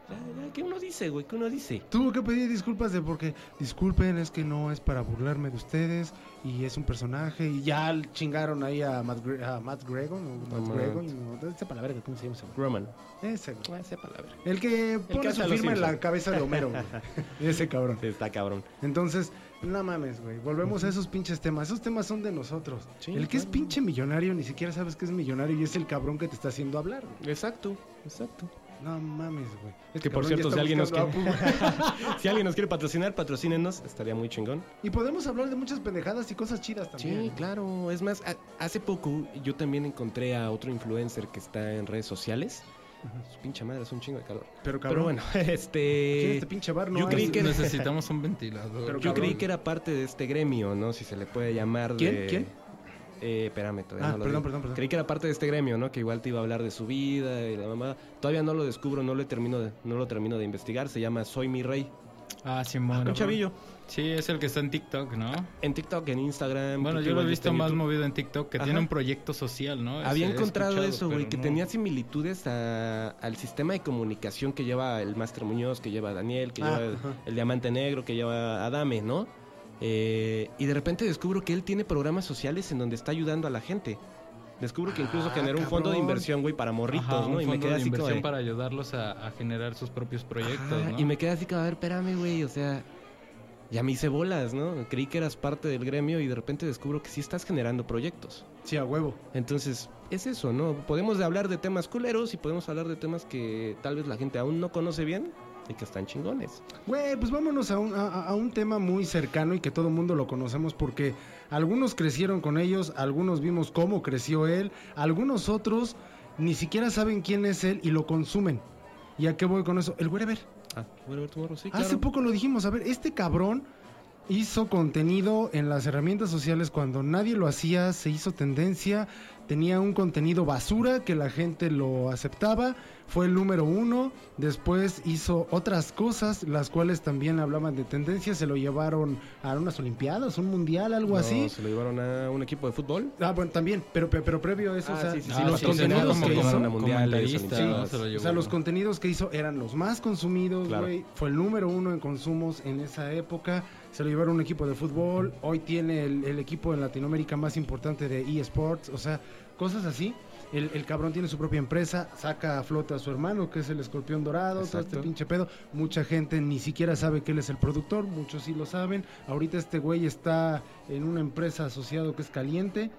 Speaker 3: Ya, ya, ¿Qué uno dice, güey? ¿Qué uno dice?
Speaker 4: Tuvo que pedir disculpas de porque, disculpen, es que no es para burlarme de ustedes, y es un personaje, y ya chingaron ahí a Matt, Gre- a Matt Gregon, o Matt
Speaker 3: Matt.
Speaker 4: Gregon, no, esa palabra, ¿cómo se llama? ese güey?
Speaker 3: Roman.
Speaker 4: Ese, güey.
Speaker 3: Esa palabra.
Speaker 4: El que pone
Speaker 3: hace
Speaker 4: su
Speaker 3: a Los
Speaker 4: firma en la
Speaker 3: Simpson.
Speaker 4: cabeza de Homero, güey. Ese cabrón.
Speaker 3: Está cabrón.
Speaker 4: Entonces, no mames, güey. Volvemos a esos pinches temas. Esos temas son de nosotros. el que es pinche millonario ni siquiera sabes que es millonario y es el cabrón que te está haciendo hablar, güey.
Speaker 3: Exacto, exacto.
Speaker 4: No mames, güey. Este
Speaker 3: Que por
Speaker 4: cabrón
Speaker 3: cierto,
Speaker 4: ya
Speaker 3: si alguien,
Speaker 4: está
Speaker 3: nos quiere,
Speaker 4: buscando a Apu, güey.
Speaker 3: si alguien nos quiere patrocinar, patrocínenos. Estaría muy chingón.
Speaker 4: Y podemos hablar de muchas pendejadas y cosas chidas también.
Speaker 3: Sí, claro. Es más, ha- hace poco yo también encontré a otro influencer que está en redes sociales. Su pinche madre es un chingo de calor.
Speaker 4: Pero
Speaker 3: Pero
Speaker 4: cabrón,
Speaker 3: bueno,
Speaker 4: aquí en
Speaker 3: este.
Speaker 4: este pinche bar no
Speaker 3: yo
Speaker 4: hay-
Speaker 3: creí que-
Speaker 2: Necesitamos un ventilador.
Speaker 4: Pero
Speaker 3: Yo
Speaker 4: cabrón.
Speaker 3: creí que era parte de este gremio, ¿no? Si se le puede llamar.
Speaker 4: ¿Quién?
Speaker 3: de-
Speaker 4: ¿Quién?
Speaker 3: Eh, espérame, todavía
Speaker 4: Ah,
Speaker 3: no lo
Speaker 4: perdón,
Speaker 3: digo.
Speaker 4: perdón, perdón.
Speaker 3: Creí que era parte de este gremio, ¿no? Que igual te iba a hablar de su vida y la mamá. Todavía no lo descubro, no lo termino de, no lo termino de investigar. Se llama Soy mi rey.
Speaker 2: Ah, Simón.
Speaker 3: un chavillo.
Speaker 2: Sí, es el que está en TikTok, ¿no?
Speaker 3: En TikTok, en Instagram.
Speaker 2: Bueno, yo
Speaker 3: creo que
Speaker 2: lo he
Speaker 3: igual ya está
Speaker 2: visto
Speaker 3: en
Speaker 2: más
Speaker 3: YouTube.
Speaker 2: movido en TikTok, que
Speaker 3: Ajá.
Speaker 2: tiene un proyecto social, ¿no?
Speaker 3: Había
Speaker 2: Ese, he
Speaker 3: encontrado
Speaker 2: escuchado,
Speaker 3: eso, güey,
Speaker 2: pero
Speaker 3: que
Speaker 2: no.
Speaker 3: tenía similitudes a- al sistema de comunicación que lleva el Máster Muñoz, que lleva Daniel, que
Speaker 4: Ah,
Speaker 3: lleva
Speaker 4: ajá.
Speaker 3: el Diamante Negro, que lleva Adame, ¿no? Eh, y de repente descubro que él tiene programas sociales en donde está ayudando a la gente. Descubro que incluso
Speaker 4: Ah,
Speaker 3: generó un fondo de
Speaker 4: cabrón.
Speaker 3: inversión, güey, para morritos,
Speaker 2: Ajá,
Speaker 3: ¿no?
Speaker 2: un
Speaker 3: Y me
Speaker 2: fondo
Speaker 3: quedé
Speaker 2: de
Speaker 3: así como
Speaker 2: inversión
Speaker 3: de-
Speaker 2: para ayudarlos a, a generar sus propios proyectos,
Speaker 3: Ajá,
Speaker 2: ¿no?
Speaker 3: Y me quedé así como, a ver, espérame, güey, o sea, ya me hice bolas, ¿no? Creí que eras parte del gremio y de repente descubro que sí estás generando proyectos.
Speaker 4: Sí, a huevo.
Speaker 3: Entonces, es eso, ¿no? Podemos hablar de temas culeros y podemos hablar de temas que tal vez la gente aún no conoce bien y que están chingones.
Speaker 4: Güey, pues vámonos a un, a- a- a un tema muy cercano y que todo el mundo lo conocemos porque algunos crecieron con ellos, algunos vimos cómo creció él, algunos otros ni siquiera saben quién es él y lo consumen. ¿Y a qué voy con eso? El Wherever.
Speaker 3: Ah, bueno, Roberto Morro, sí,
Speaker 4: Hace
Speaker 3: claro.
Speaker 4: poco lo dijimos, a ver, este cabrón hizo contenido en las herramientas sociales cuando nadie lo hacía, se hizo tendencia, tenía un contenido basura que la gente lo aceptaba, fue el número uno, después hizo otras cosas, las cuales también hablaban de tendencia, se lo llevaron a unas olimpiadas, un mundial, algo
Speaker 3: No,
Speaker 4: así.
Speaker 3: Se lo llevaron a un equipo de fútbol.
Speaker 4: Ah, bueno, también, pero, pero, pero previo a eso,
Speaker 3: Ah,
Speaker 4: o sea,
Speaker 3: sí, sí,
Speaker 2: Ah,
Speaker 4: los
Speaker 2: sí,
Speaker 4: contenidos
Speaker 2: como-
Speaker 4: que
Speaker 2: como
Speaker 4: hizo-
Speaker 3: una mundial,
Speaker 2: comentarista,
Speaker 3: varias olimpiadas.
Speaker 2: ¿no? Se lo
Speaker 4: o
Speaker 2: llevó,
Speaker 4: sea, los
Speaker 2: ¿no?
Speaker 4: contenidos que hizo eran los más consumidos,
Speaker 3: Claro.
Speaker 4: güey. Fue el número uno en consumos en esa época. Se lo llevaron a un equipo de fútbol. Hoy tiene el, el equipo en Latinoamérica más importante de eSports. O sea, cosas así. El, el cabrón tiene su propia empresa, saca a flote a su hermano, que es el escorpión dorado, todo este
Speaker 3: Exacto.
Speaker 4: pinche pedo. Mucha gente ni siquiera sabe que él es el productor, muchos sí lo saben. Ahorita este güey está en una empresa asociado que es caliente,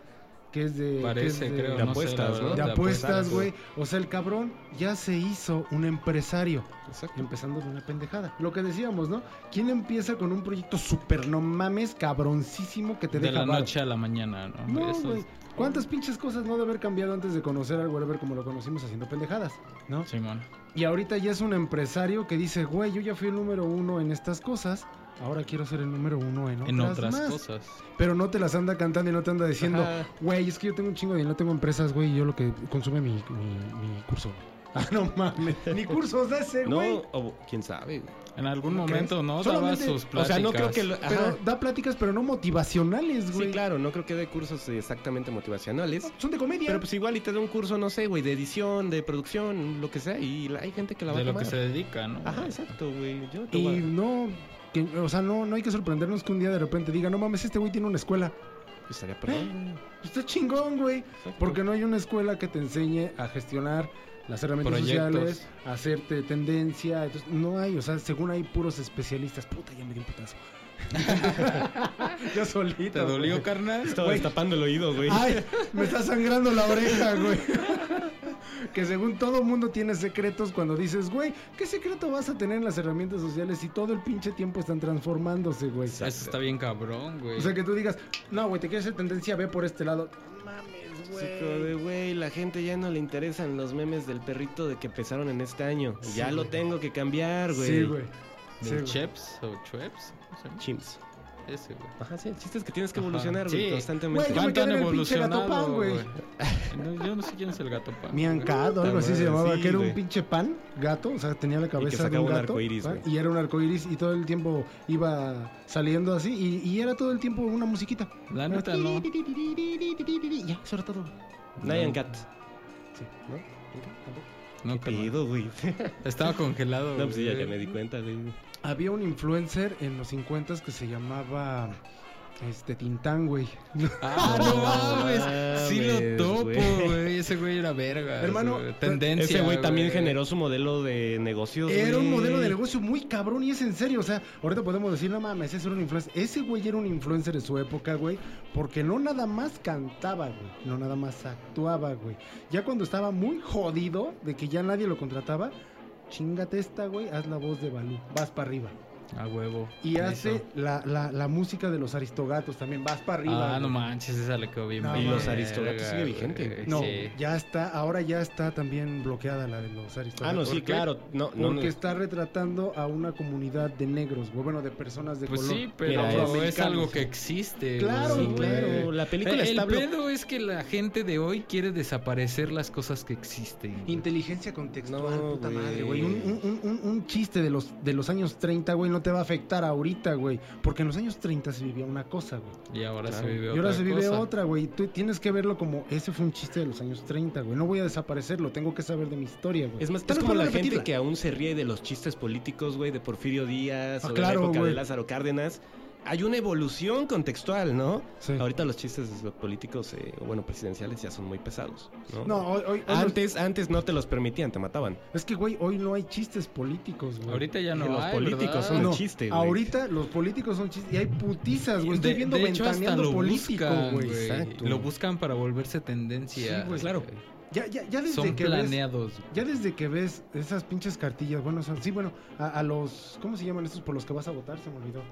Speaker 4: que es de... que es
Speaker 2: Parece,
Speaker 4: de-
Speaker 2: creo.
Speaker 3: de
Speaker 2: no sé,
Speaker 3: apuestas,
Speaker 2: la
Speaker 3: ¿no?
Speaker 2: verdad,
Speaker 4: de apuestas,
Speaker 2: apuestas.
Speaker 4: güey. O sea, el cabrón ya se hizo un empresario,
Speaker 3: Exacto.
Speaker 4: empezando de una pendejada. Lo que decíamos, ¿no? ¿Quién empieza con un proyecto super no mames, cabroncísimo que te
Speaker 2: De
Speaker 4: deja
Speaker 2: la
Speaker 4: varo?
Speaker 2: noche a la mañana, ¿no?
Speaker 4: No,
Speaker 2: Eso es-
Speaker 4: güey. ¿Cuántas pinches cosas no de haber cambiado antes de conocer al Wherever como lo conocimos haciendo pendejadas, no?
Speaker 2: Simón.
Speaker 4: Y ahorita ya es un empresario que dice, güey, yo ya fui el número uno en estas cosas, ahora quiero ser el número uno en otras,
Speaker 2: En otras
Speaker 4: más.
Speaker 2: cosas.
Speaker 4: Pero no te las anda cantando y no te anda diciendo,
Speaker 3: Ajá.
Speaker 4: güey, es que yo tengo un chingo de dinero, tengo empresas, güey, y yo lo que consume mi, mi, mi curso. Ah, no mames. Ni cursos de ese,
Speaker 3: No,
Speaker 4: güey.
Speaker 3: o quién sabe. güey.
Speaker 2: En algún
Speaker 4: ¿No
Speaker 2: momento,
Speaker 4: crees?
Speaker 2: ¿no?
Speaker 4: Solamente-
Speaker 2: Daba sus
Speaker 3: O
Speaker 2: pláticas.
Speaker 3: sea, no creo que... lo- ajá.
Speaker 4: Pero da pláticas, pero no motivacionales, güey.
Speaker 3: sí, claro, no creo que dé cursos exactamente motivacionales.
Speaker 4: Son de comedia.
Speaker 3: Pero pues igual y te da un curso, no sé, güey, de edición, de producción, lo que sea, y la- hay gente que la va
Speaker 2: De
Speaker 3: a
Speaker 2: lo que
Speaker 3: tomar.
Speaker 2: se dedica, ¿no?
Speaker 3: Ajá, exacto, güey. Yo te
Speaker 4: y
Speaker 3: voy a-
Speaker 4: no, que- o sea, no, no hay que sorprendernos que un día de repente diga, no mames, este güey tiene una escuela.
Speaker 3: Estaría perdón. güey.
Speaker 4: Está chingón, güey.
Speaker 3: Exacto.
Speaker 4: Porque no hay una escuela que te enseñe a gestionar las herramientas
Speaker 2: Proyectos.
Speaker 4: sociales, a hacerte tendencia. Entonces, no hay, o sea, según hay puros especialistas. Puta, ya me di un putazo. Yo solito.
Speaker 2: ¿Te dolió,
Speaker 4: güey.
Speaker 2: carnal?
Speaker 3: Estaba
Speaker 4: Güey.
Speaker 3: destapando el oído, güey.
Speaker 4: Ay, me está sangrando la oreja, güey. Que según todo mundo tiene secretos cuando dices, güey, ¿qué secreto vas a tener en las herramientas sociales si todo el pinche tiempo están transformándose, güey?
Speaker 2: Eso está bien cabrón, güey.
Speaker 4: O sea, que tú digas, no, güey, te quieres hacer tendencia, ve por este lado. No Mames,
Speaker 3: Sí, como de,
Speaker 4: güey.
Speaker 3: güey, la gente ya no le interesan los memes del perrito de que empezaron en este año.
Speaker 4: Sí,
Speaker 3: ya lo
Speaker 4: güey.
Speaker 3: tengo que cambiar, güey.
Speaker 4: Sí, güey. Sí,
Speaker 2: ¿De
Speaker 4: güey.
Speaker 2: Cheps o Chueps? No sé.
Speaker 3: Chimps.
Speaker 2: Ese, güey.
Speaker 3: Ajá, sí, el chiste es que tienes que
Speaker 2: Ajá,
Speaker 3: evolucionar, güey,
Speaker 2: sí.
Speaker 3: constantemente.
Speaker 4: Güey, yo me
Speaker 2: ¿Cuánto
Speaker 4: quedé
Speaker 2: han
Speaker 4: en el pinche
Speaker 2: evolucionado,
Speaker 4: gato pan, güey.
Speaker 2: No, yo no sé quién es el gato pan.
Speaker 4: Mi
Speaker 2: güey.
Speaker 4: encado, algo así se
Speaker 3: madre,
Speaker 4: llamaba,
Speaker 3: sí,
Speaker 4: que era
Speaker 3: güey.
Speaker 4: un pinche pan, gato, o sea, tenía la cabeza de
Speaker 3: sacaba
Speaker 4: un
Speaker 3: un
Speaker 4: gato.
Speaker 3: arcoíris,
Speaker 4: ¿va?
Speaker 3: güey.
Speaker 4: y era un arcoíris y todo el tiempo iba saliendo así y, y era todo el tiempo una musiquita.
Speaker 2: La neta no.
Speaker 4: Ya, eso era todo.
Speaker 3: Nyan Cat.
Speaker 4: Sí, ¿no? Tampoco.
Speaker 2: Nunca más.
Speaker 3: Pedo, güey.
Speaker 2: Estaba congelado.
Speaker 3: No, pues sí, ya,
Speaker 2: güey.
Speaker 3: ya me di cuenta, güey.
Speaker 4: Había un influencer en los 50 que se llamaba este Tintán, güey.
Speaker 2: Ah, no mames. Sí lo
Speaker 3: mames,
Speaker 2: topo,
Speaker 3: güey.
Speaker 2: güey. Ese güey era verga.
Speaker 4: Hermano,
Speaker 2: güey. tendencia.
Speaker 3: Ese güey también generó su modelo de negocios.
Speaker 4: Era un
Speaker 3: güey.
Speaker 4: modelo de negocio muy cabrón y es en serio. O sea, ahorita podemos decir, no mames, ese era un influencer. Ese güey era un influencer en su época, güey. Porque no nada más cantaba, güey. No nada más actuaba, güey. Ya cuando estaba muy jodido de que ya nadie lo contrataba, chingate esta, güey. Haz la voz de Balú. Vas para arriba.
Speaker 2: A huevo.
Speaker 4: Y
Speaker 2: Eso.
Speaker 4: hace la, la- la música de los aristogatos también. Vas para arriba.
Speaker 2: Ah, no
Speaker 4: güey.
Speaker 2: manches, esa le quedó bien.
Speaker 4: No,
Speaker 2: verga,
Speaker 4: y los
Speaker 3: Aristogatos sigue
Speaker 2: güey.
Speaker 3: vigente.
Speaker 4: No,
Speaker 2: Sí.
Speaker 4: ya está. Ahora ya está también bloqueada la de los
Speaker 3: Ah,
Speaker 4: aristogatos.
Speaker 3: no, sí,
Speaker 2: qué?
Speaker 3: claro. No, no,
Speaker 4: Porque
Speaker 3: no.
Speaker 4: está retratando a una comunidad de negros, güey, bueno, de personas de
Speaker 2: Pues
Speaker 4: color.
Speaker 2: sí, pero
Speaker 3: Mira,
Speaker 2: es
Speaker 4: afroamericanos.
Speaker 2: algo que existe.
Speaker 4: Claro,
Speaker 2: güey.
Speaker 3: Sí, claro. La película
Speaker 2: el
Speaker 3: está blo-
Speaker 2: pedo es que la gente de hoy quiere desaparecer las cosas que existen. güey.
Speaker 4: Inteligencia contextual,
Speaker 3: No,
Speaker 4: puta
Speaker 3: güey.
Speaker 4: madre, güey. Un, un- un- un- un chiste de los, de los años 30, güey, no te va a afectar ahorita, güey. Porque en los años 30 se vivía una cosa, güey.
Speaker 2: Y ahora
Speaker 3: Claro.
Speaker 2: se vive otra
Speaker 4: Y ahora se vive
Speaker 2: cosa.
Speaker 4: otra, güey. Tú tienes que verlo como, ese fue un chiste de los años 30, güey. No voy a desaparecerlo, tengo que saber de mi historia, güey.
Speaker 3: Es más, es
Speaker 4: Tal vez
Speaker 3: como
Speaker 4: puedo
Speaker 3: la gente
Speaker 4: repetirla.
Speaker 3: que aún se ríe de los chistes políticos, güey, de Porfirio Díaz
Speaker 4: Ah,
Speaker 3: o de
Speaker 4: claro,
Speaker 3: la época
Speaker 4: güey.
Speaker 3: de Lázaro Cárdenas. Hay una evolución contextual, ¿no?
Speaker 4: Sí.
Speaker 3: Ahorita los chistes políticos, eh, bueno, presidenciales ya son muy pesados, ¿no?
Speaker 4: No, hoy, hoy- hoy no-
Speaker 3: Antes, antes no te los permitían, te mataban.
Speaker 4: Es que, güey, hoy no hay chistes políticos, güey.
Speaker 2: Ahorita ya no
Speaker 3: Y los
Speaker 2: hay,
Speaker 3: políticos
Speaker 2: ¿verdad?
Speaker 3: son- un chiste, güey.
Speaker 4: Ahorita los políticos son chistes. Y hay putizas, güey. Estoy
Speaker 2: De-
Speaker 4: viendo
Speaker 2: de hecho, hasta
Speaker 4: ventaneando
Speaker 2: lo
Speaker 4: político,
Speaker 2: buscan,
Speaker 4: güey.
Speaker 2: güey.
Speaker 4: Exacto.
Speaker 2: Lo buscan para volverse tendencia.
Speaker 4: Sí, güey,
Speaker 3: claro.
Speaker 4: Ya, ya, ya desde
Speaker 2: Son
Speaker 4: que ves,
Speaker 2: planeados.
Speaker 4: Ya desde que ves esas pinches cartillas, bueno, son- sí, bueno, a, a los. ¿Cómo se llaman estos por los que vas a votar? Se me olvidó.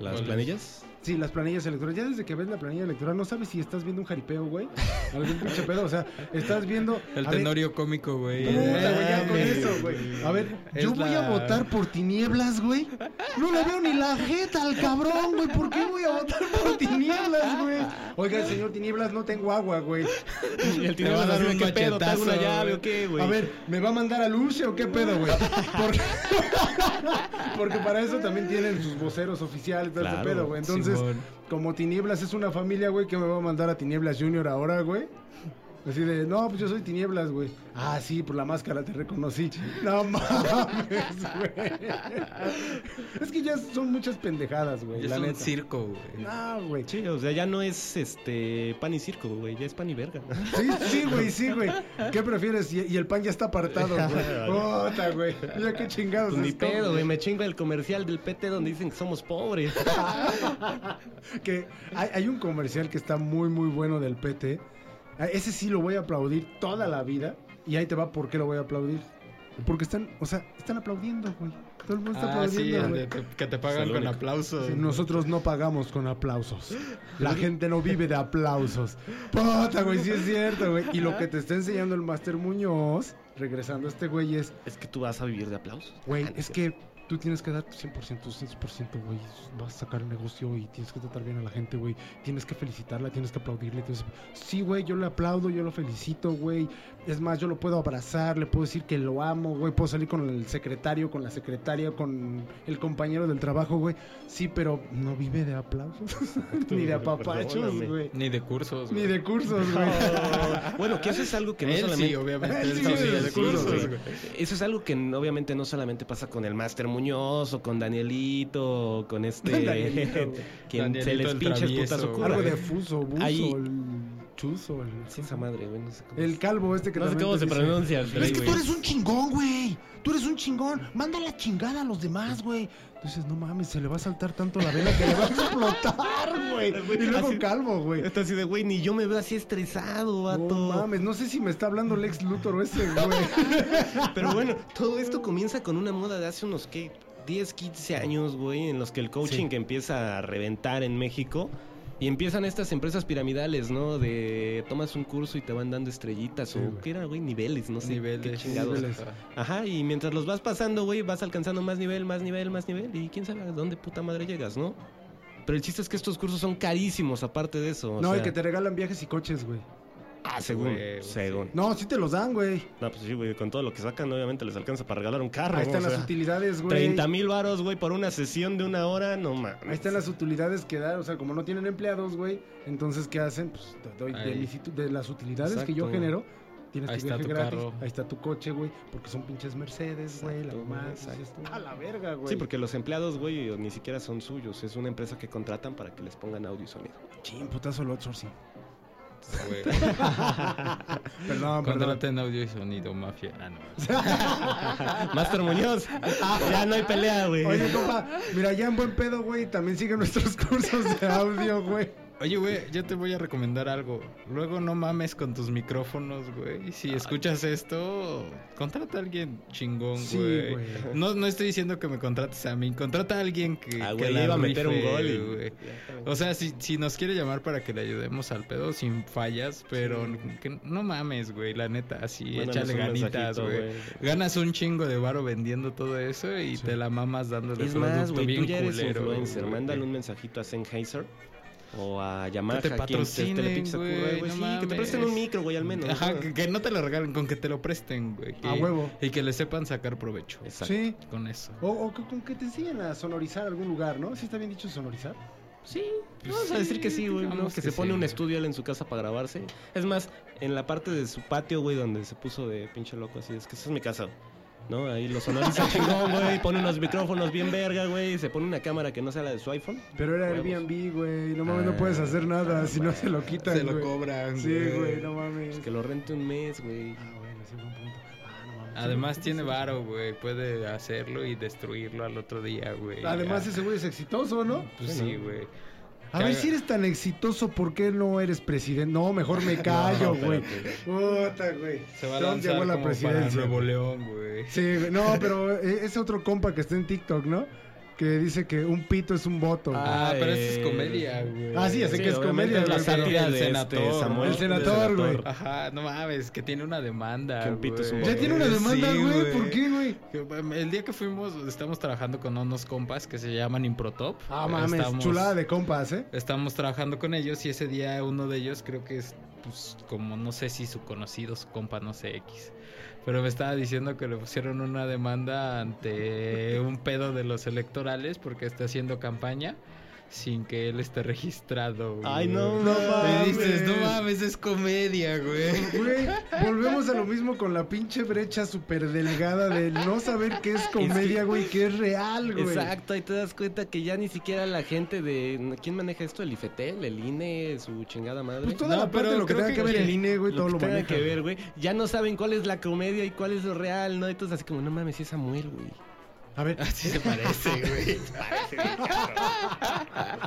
Speaker 3: Las
Speaker 2: ¿Cuáles?
Speaker 3: planillas.
Speaker 4: Sí, las planillas electorales. Ya desde que ves la planilla electoral, no sabes si estás viendo un jaripeo, güey. Algún pinche pedo. O sea, estás viendo.
Speaker 2: El
Speaker 4: a ver,
Speaker 2: tenorio cómico, güey.
Speaker 4: Puta, güey, ya con
Speaker 2: Eh,
Speaker 4: eso, güey. A ver, yo
Speaker 2: Es
Speaker 4: voy
Speaker 2: la-
Speaker 4: a votar por tinieblas, güey. No le veo ni la jeta al cabrón, güey. ¿Por qué voy a votar por tinieblas, güey? Oiga, señor tinieblas, no tengo agua, güey.
Speaker 3: Y el
Speaker 2: Te va a dar
Speaker 3: así de,
Speaker 2: un
Speaker 3: ¿qué pedo? ¿Te hago una
Speaker 2: machetazo,
Speaker 3: llave o
Speaker 2: güey.
Speaker 3: qué, güey?
Speaker 4: A ver, ¿me va a mandar a Luce o qué pedo, güey? Porque... Porque para eso también tienen sus voceros oficiales, todo ese
Speaker 3: Claro,
Speaker 4: pedo, güey. Entonces,
Speaker 2: Simón.
Speaker 4: como tinieblas es una familia, güey, que me va a mandar a tinieblas Junior ahora, güey. Así de, no, pues yo soy tinieblas, güey. Ah, sí, por la máscara te reconocí. No mames, güey. Es que ya son muchas pendejadas, güey.
Speaker 2: es
Speaker 4: la
Speaker 2: un
Speaker 4: neta. Ah,
Speaker 2: circo, güey.
Speaker 4: No, güey.
Speaker 3: Sí, o sea, ya no es este pan y circo, güey, ya es pan y verga.
Speaker 4: Sí, sí, güey, sí, güey. ¿Qué prefieres? Y, y el pan ya está apartado, güey. Bota, güey. Mira qué chingados.
Speaker 3: Pues ni
Speaker 4: esto,
Speaker 3: pedo, güey, me chingo el comercial del PT donde dicen que somos pobres.
Speaker 4: que hay, hay un comercial que está muy muy bueno del PT. A Ese sí lo voy a aplaudir toda la vida. Y ahí te va por qué lo voy a aplaudir. Porque están, o sea, están aplaudiendo, güey. Todo el mundo está
Speaker 2: Ah, sí,
Speaker 4: aplaudiendo,
Speaker 2: el
Speaker 4: güey.
Speaker 2: de te- que te pagan
Speaker 3: Es el
Speaker 2: con
Speaker 3: único.
Speaker 2: aplausos.
Speaker 4: Sí, Nosotros no pagamos con aplausos. La gente no vive de aplausos. Puta, güey, sí es cierto, güey. Y lo que te está enseñando el Master Muñoz, regresando a este güey, es,
Speaker 3: Es que tú vas a vivir de aplausos.
Speaker 4: güey,
Speaker 3: Ah, no
Speaker 4: es
Speaker 3: cierto.
Speaker 4: que tú tienes que dar tu 100%, tu 100%, güey. Vas a sacar el negocio y tienes que tratar bien a la gente, güey. Tienes que felicitarla, tienes que aplaudirle. tienes- Sí, güey, yo le aplaudo, yo lo felicito, güey. Es más, yo lo puedo abrazar, le puedo decir que lo amo, güey. Puedo salir con el secretario, con la secretaria, con el compañero del trabajo, güey. Sí, pero no vive de aplausos, ni de
Speaker 3: güey,
Speaker 4: apapachos,
Speaker 3: perdóname.
Speaker 4: güey.
Speaker 2: Ni de cursos.
Speaker 4: Ni
Speaker 2: güey.
Speaker 4: de cursos, güey.
Speaker 3: Oh, bueno, que eso es algo que no
Speaker 2: Él
Speaker 3: solamente.
Speaker 2: sí, obviamente.
Speaker 4: Él
Speaker 2: él
Speaker 4: sí
Speaker 2: sí
Speaker 4: vive
Speaker 2: vive
Speaker 4: de
Speaker 2: de
Speaker 4: cursos,
Speaker 2: cursos,
Speaker 4: güey.
Speaker 2: güey.
Speaker 3: Eso es algo que n- obviamente no solamente pasa con el Master Muñoz o con Danielito o con este.
Speaker 4: Danielito, güey.
Speaker 3: quien se
Speaker 2: Danielito
Speaker 3: les
Speaker 2: el
Speaker 3: pinche el putazo
Speaker 2: travieso,
Speaker 3: cura,
Speaker 4: Algo
Speaker 3: güey.
Speaker 4: de fuso, buzo,
Speaker 3: Ahí-
Speaker 4: el chuzo, el...
Speaker 3: Sí, esa madre, güey. No sé cómo,
Speaker 4: El calvo este que
Speaker 3: no sé
Speaker 4: también
Speaker 3: cómo
Speaker 4: te
Speaker 3: se
Speaker 4: dice-
Speaker 3: pronuncia. el
Speaker 4: Es
Speaker 3: rey,
Speaker 4: que tú
Speaker 3: güey.
Speaker 4: eres un chingón, güey. Tú eres un chingón. Manda la chingada a los demás, güey. Entonces, no mames, se le va a saltar tanto la vena que le va a explotar, güey. Y luego calvo, güey.
Speaker 3: Está así de, güey, ni yo me veo así estresado, vato.
Speaker 4: No mames, no sé si me está hablando Lex Luthor ese, güey.
Speaker 3: Pero bueno, todo esto comienza con una moda de hace unos, ¿qué? 10, 15 años, güey, en los que el coaching empieza a reventar en México. Y empiezan estas empresas piramidales, ¿no? De tomas un curso y te van dando estrellitas
Speaker 4: Sí,
Speaker 3: o
Speaker 4: güey.
Speaker 3: qué era, güey, niveles, no sé qué
Speaker 2: Niveles.
Speaker 3: chingados.
Speaker 4: Niveles.
Speaker 3: Ajá, y mientras los vas pasando, güey, vas alcanzando más nivel, más nivel, más nivel y quién sabe a dónde puta madre llegas, ¿no? Pero el chiste es que estos cursos son carísimos, aparte de eso. o
Speaker 4: No, y
Speaker 3: sea-
Speaker 4: que te regalan viajes y coches, güey.
Speaker 3: Ah, según.
Speaker 2: Güey,
Speaker 3: según.
Speaker 4: No, sí te los dan, güey.
Speaker 3: No, pues sí, güey, con todo lo que sacan, obviamente les alcanza para regalar un carro.
Speaker 4: Ahí están
Speaker 3: o
Speaker 4: las
Speaker 3: sea,
Speaker 4: utilidades, güey.
Speaker 3: 30 mil varos, güey, por una sesión de una hora, no mames.
Speaker 4: Ahí están las utilidades que da, o sea, como no tienen empleados, güey, entonces ¿qué hacen? Pues te doy de,
Speaker 2: Ahí.
Speaker 4: mis situ- de las utilidades que yo
Speaker 3: Exacto.
Speaker 4: genero. Tienes
Speaker 2: Ahí
Speaker 4: tu
Speaker 2: está tu
Speaker 4: viaje gratis,
Speaker 2: carro.
Speaker 4: ahí está tu coche, güey, porque son pinches Mercedes, güey, la
Speaker 3: Exacto,
Speaker 4: mamá,
Speaker 3: güey,
Speaker 4: dices
Speaker 3: exacto.
Speaker 4: tú, a la verga, güey.
Speaker 3: Sí, porque los empleados, güey, ni siquiera son suyos. Es una empresa que contratan para que les pongan audio y sonido.
Speaker 4: Chin, putazo el outsourcing.
Speaker 2: güey.
Speaker 4: Perdón, Ah, perdón.
Speaker 2: Contraten audio y sonido, mafia. Ah, no.
Speaker 3: Master Muñoz, ya no hay pelea, güey.
Speaker 4: Oye, compa, mira, ya en buen pedo, güey, también sigue nuestros cursos de audio, güey.
Speaker 2: Oye, güey, yo te voy a recomendar algo. Luego no mames con tus micrófonos, güey. Si
Speaker 4: Ah,
Speaker 2: escuchas esto, contrata a alguien chingón,
Speaker 4: Sí,
Speaker 2: güey.
Speaker 4: güey.
Speaker 2: no, no estoy diciendo que me contrates a mí. Contrata a alguien que,
Speaker 3: Ah,
Speaker 2: que
Speaker 3: güey,
Speaker 2: la
Speaker 3: le iba a meter un
Speaker 2: rife,
Speaker 3: gol. y-
Speaker 2: güey. O sea, si, si nos quiere llamar para que le ayudemos al pedo sin fallas, pero que no mames, güey, la neta, así,
Speaker 3: Mándanos
Speaker 2: échale
Speaker 3: un
Speaker 2: ganitas,
Speaker 3: mensajito,
Speaker 2: güey. Ganas un chingo de varo vendiendo todo eso y te la mamas dándole
Speaker 3: Es
Speaker 2: producto
Speaker 3: más, güey,
Speaker 2: bien
Speaker 3: tú ya eres
Speaker 2: culero,
Speaker 3: influencer.
Speaker 2: güey.
Speaker 3: Mándale un mensajito a Sennheiser o a Yamaha.
Speaker 2: te
Speaker 3: a quien
Speaker 2: patrocinen,
Speaker 3: te- te le piques a
Speaker 2: güey, no
Speaker 3: ocurrir, sí, que te presten
Speaker 2: mames.
Speaker 3: un micro, güey, al menos.
Speaker 2: Ajá,
Speaker 3: ¿no?
Speaker 2: que, que no te lo regalen, con que te lo presten, güey. que-
Speaker 4: A huevo.
Speaker 2: Y que le sepan sacar provecho
Speaker 3: Exacto.
Speaker 4: Sí.
Speaker 2: con eso.
Speaker 4: O, o que- con que te enseñen a sonorizar algún lugar, ¿no? Sí está bien dicho sonorizar.
Speaker 3: Sí,
Speaker 2: Pues
Speaker 3: vamos a decir que
Speaker 2: sí,
Speaker 3: sí, güey. ¿no?
Speaker 2: digamos
Speaker 3: Que
Speaker 2: que
Speaker 3: se pone
Speaker 2: sí.
Speaker 3: un estudio él en su casa para grabarse. Es más, en la parte de su patio, güey, donde se puso de pinche loco así, es que esa es mi casa. ¿No? Ahí lo sonoriza chingón, güey. Pone unos micrófonos bien verga, güey. Se pone una cámara que no sea la de su iPhone.
Speaker 4: Pero era
Speaker 3: Huevos.
Speaker 4: Airbnb, güey. No mames, no
Speaker 3: Ah,
Speaker 4: puedes hacer nada si no se lo quitan.
Speaker 2: Se lo
Speaker 4: güey.
Speaker 2: cobran,
Speaker 4: Sí, güey, no mames.
Speaker 3: Pues que lo rente un mes, güey.
Speaker 4: Ah, bueno, sí, buen punto. Ah, no mames.
Speaker 2: Además
Speaker 4: Sí,
Speaker 2: tiene
Speaker 4: sí.
Speaker 2: varo, güey. Puede hacerlo y destruirlo al otro día, güey.
Speaker 4: Además
Speaker 2: Ya.
Speaker 4: ese güey es exitoso, ¿no?
Speaker 2: Pues
Speaker 3: Bueno.
Speaker 2: sí, güey.
Speaker 4: A ver si eres tan exitoso, ¿por qué no eres presidente? No, mejor me callo,
Speaker 3: No,
Speaker 4: güey.
Speaker 3: espérate.
Speaker 4: Puta, güey.
Speaker 2: Se va a
Speaker 4: Trump
Speaker 2: lanzar
Speaker 4: llegó a
Speaker 2: como para Nuevo León, güey.
Speaker 4: Sí, güey. no, pero e- ese otro compa que está en TikTok, ¿no? Que dice que un pito es un voto. güey.
Speaker 2: Ah,
Speaker 3: Ay.
Speaker 2: pero eso es comedia, güey.
Speaker 4: Ah, sí, ya sé
Speaker 3: Sí,
Speaker 4: que es
Speaker 3: obviamente
Speaker 4: comedia,
Speaker 3: es la
Speaker 4: güey,
Speaker 2: pero-
Speaker 3: sátira
Speaker 2: El
Speaker 3: de
Speaker 2: senador,
Speaker 3: este
Speaker 2: ¿no?
Speaker 3: Samuel.
Speaker 4: El
Speaker 3: del
Speaker 4: senador, güey.
Speaker 2: Ajá, no mames, que tiene una demanda.
Speaker 3: Que un pito es un
Speaker 2: güey.
Speaker 4: ya tiene una demanda,
Speaker 2: Sí,
Speaker 4: güey. ¿Por qué, güey?
Speaker 2: Que, um, El día que fuimos, estamos trabajando con unos compas que se llaman Improtop.
Speaker 4: Ah, mames,
Speaker 2: Estamos-
Speaker 4: chulada de compas, ¿eh?
Speaker 2: Estamos trabajando con ellos y ese día uno de ellos creo que es, pues, como no sé si su conocido, su compa, no sé, X. Pero me estaba diciendo que le pusieron una demanda ante un pedo de los electorales porque está haciendo campaña sin que él esté registrado. güey.
Speaker 3: Ay, no,
Speaker 4: No
Speaker 3: no
Speaker 4: mames.
Speaker 3: mames.
Speaker 2: Y dices, no mames, es comedia, güey.
Speaker 4: Güey, volvemos a lo mismo con la pinche brecha súper delgada de no saber qué es comedia, güey, qué es real, güey.
Speaker 3: Exacto, ahí te das cuenta que ya ni siquiera la gente de. ¿Quién maneja esto? ¿El IFETEL? ¿El INE? ¿Su chingada madre?
Speaker 4: Pues toda
Speaker 2: No,
Speaker 4: la parte
Speaker 2: pero
Speaker 4: de lo que
Speaker 2: creo
Speaker 4: tenga que
Speaker 2: que-
Speaker 4: ver el INE, güey,
Speaker 3: Lo
Speaker 4: todo
Speaker 3: que
Speaker 4: lo
Speaker 3: tenga
Speaker 4: maneja.
Speaker 3: que ver, güey. Ya no saben cuál es la comedia y cuál es lo real, ¿no? Entonces, así como, no mames, sí es Samuel, güey.
Speaker 4: A ver,
Speaker 3: Ah,
Speaker 2: Así se parece, güey.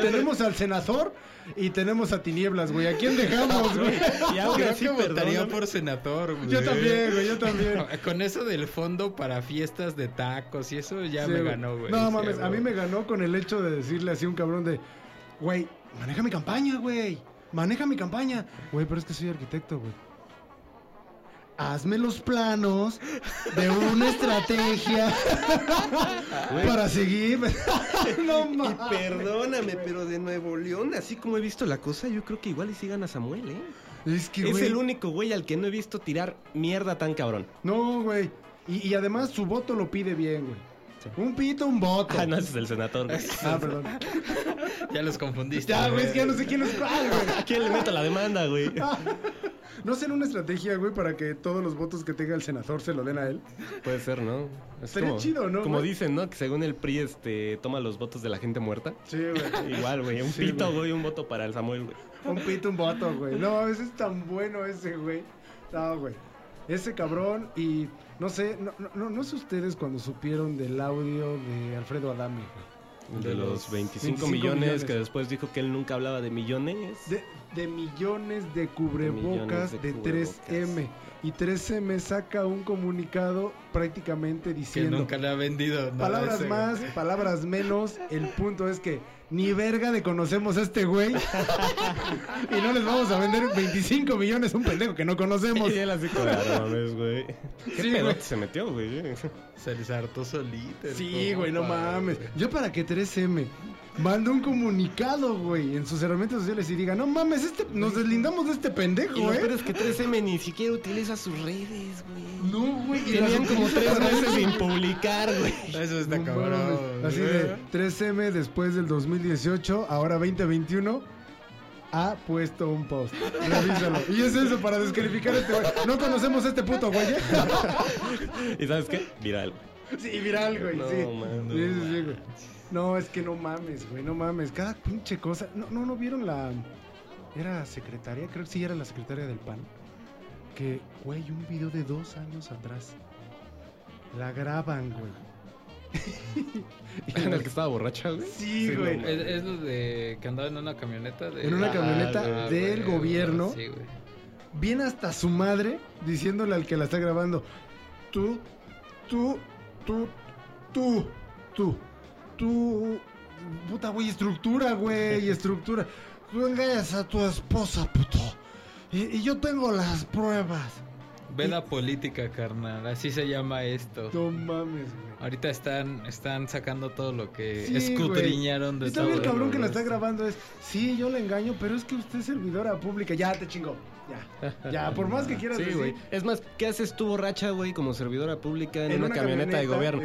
Speaker 4: tenemos al senador y tenemos a Tinieblas, güey. ¿A quién dejamos, güey?
Speaker 3: Y aún
Speaker 2: Creo
Speaker 3: así,
Speaker 2: que votaría
Speaker 3: perdóname.
Speaker 2: por senador, güey.
Speaker 4: Yo también, güey, yo también.
Speaker 2: Con eso del fondo para fiestas de tacos y eso ya
Speaker 4: Sí,
Speaker 2: me
Speaker 4: güey.
Speaker 2: ganó, güey.
Speaker 4: No
Speaker 2: Sí,
Speaker 4: mames, a
Speaker 2: güey.
Speaker 4: mí me ganó con el hecho de decirle así a un cabrón de, güey, maneja mi campaña, güey. Maneja mi campaña. Güey, pero es que soy arquitecto, güey. Hazme los planos de una estrategia para seguir. no
Speaker 3: Y
Speaker 4: mames.
Speaker 3: perdóname, pero de Nuevo León, así como he visto la cosa, yo creo que igual y sigan a Samuel, ¿eh?
Speaker 4: Es que,
Speaker 3: es
Speaker 4: güey,
Speaker 3: el único güey al que no he visto tirar mierda tan cabrón.
Speaker 4: No, güey. Y, y además su voto lo pide bien, güey. Un pito, un voto.
Speaker 3: Ah, no, ese es el senador, güey.
Speaker 4: Ah, perdón.
Speaker 2: Ya los confundiste.
Speaker 4: Ya, güey, es que ya no sé quién es cuál, güey.
Speaker 3: ¿A quién le meto la demanda, güey?
Speaker 4: ¿No será una estrategia, güey, para que todos los votos que tenga el senador se lo den a él?
Speaker 3: Puede ser, ¿no? Es
Speaker 4: Estaría chido, ¿no,
Speaker 3: Como
Speaker 4: güey?
Speaker 3: dicen, ¿no? Que según el PRI, este, toma los votos de la gente muerta.
Speaker 4: Sí, güey.
Speaker 3: Igual, güey. Un
Speaker 4: Sí,
Speaker 3: pito,
Speaker 4: güey.
Speaker 3: güey. un voto para el Samuel, güey.
Speaker 4: Un pito, un voto, güey. No, a veces es tan bueno ese, güey. No, güey. Ese cabrón y no sé, no, no- no, no sé ustedes cuando supieron del audio de Alfredo Adame, güey.
Speaker 3: El de los 25,
Speaker 4: 25
Speaker 3: millones,
Speaker 4: millones.
Speaker 3: que después dijo que él nunca hablaba de millones.
Speaker 4: De, de millones de cubrebocas de,
Speaker 3: De millones de
Speaker 4: 3M. Y 3M saca un comunicado prácticamente
Speaker 2: Que
Speaker 4: diciendo...
Speaker 2: nunca le ha vendido. nada a
Speaker 4: Palabras
Speaker 2: ese,
Speaker 4: más, palabras menos. El punto es que ni verga de conocemos a este güey. y no les vamos a vender 25 millones a un pendejo que no conocemos.
Speaker 3: Y él así como, "Ah, no mames, güey. ¿Qué
Speaker 4: Sí,
Speaker 3: pedote
Speaker 4: güey.
Speaker 3: se metió, güey?
Speaker 2: güey. Se les hartó solito. el
Speaker 4: Sí, güey, no
Speaker 2: compa,
Speaker 4: mames.
Speaker 2: güey.
Speaker 4: Yo para que 3M manda un comunicado, güey, en sus herramientas sociales y diga, no mames, este, nos deslindamos de este
Speaker 3: Y lo
Speaker 4: pendejo,
Speaker 3: peor
Speaker 4: ¿eh?
Speaker 3: es que 3M ni siquiera utiliza sus redes, güey.
Speaker 4: No, güey. y
Speaker 3: Tenían
Speaker 4: las-
Speaker 3: como tres meses sin publicar, güey.
Speaker 5: Eso está
Speaker 4: No
Speaker 5: cabrón.
Speaker 4: mames. Así de 3M después del 2018, ahora 2021, ha puesto un post. Revísalo. Y es eso para descalificar a este güey. No conocemos a este puto güey. ¿eh?
Speaker 3: ¿Y sabes qué? Viral.
Speaker 4: Sí, viral, güey.
Speaker 3: No,
Speaker 4: sí.
Speaker 3: man, no
Speaker 4: Sí, sí, sí, güey. No, es que no mames, güey. No mames. Cada pinche cosa. No, no, no vieron la. Era secretaria, creo que sí era la secretaria del PAN. Que, güey, un video de dos años atrás. La graban, güey.
Speaker 3: En el que estaba borracha, güey.
Speaker 4: Sí,
Speaker 3: Sí,
Speaker 4: güey.
Speaker 3: no
Speaker 5: Es, es lo de que andaba en una camioneta. de-
Speaker 4: En una
Speaker 5: Ah,
Speaker 4: camioneta
Speaker 5: güey,
Speaker 4: del
Speaker 5: güey,
Speaker 4: gobierno.
Speaker 5: Sí, güey.
Speaker 4: viene hasta su madre diciéndole al que la está grabando, tú, tú, tú, tú, tú, tú, puta güey, estructura, güey, estructura. Tú engañas a tu esposa, puto. Y, y yo tengo las pruebas.
Speaker 2: Veda política, carnal. Así se llama esto.
Speaker 4: No mames, güey.
Speaker 2: Ahorita están, están sacando todo lo que
Speaker 4: Sí,
Speaker 2: escudriñaron
Speaker 4: Y
Speaker 2: de
Speaker 4: también el
Speaker 2: todo.
Speaker 4: cabrón que la está grabando es, sí, yo le engaño, pero es que usted es servidora pública. Ya, te chingó. Ya, ya, por más que quieras
Speaker 3: Sí,
Speaker 4: decir,
Speaker 3: güey. Es más, ¿qué haces tú borracha, güey, como servidora pública en, una, camioneta, de gobierno?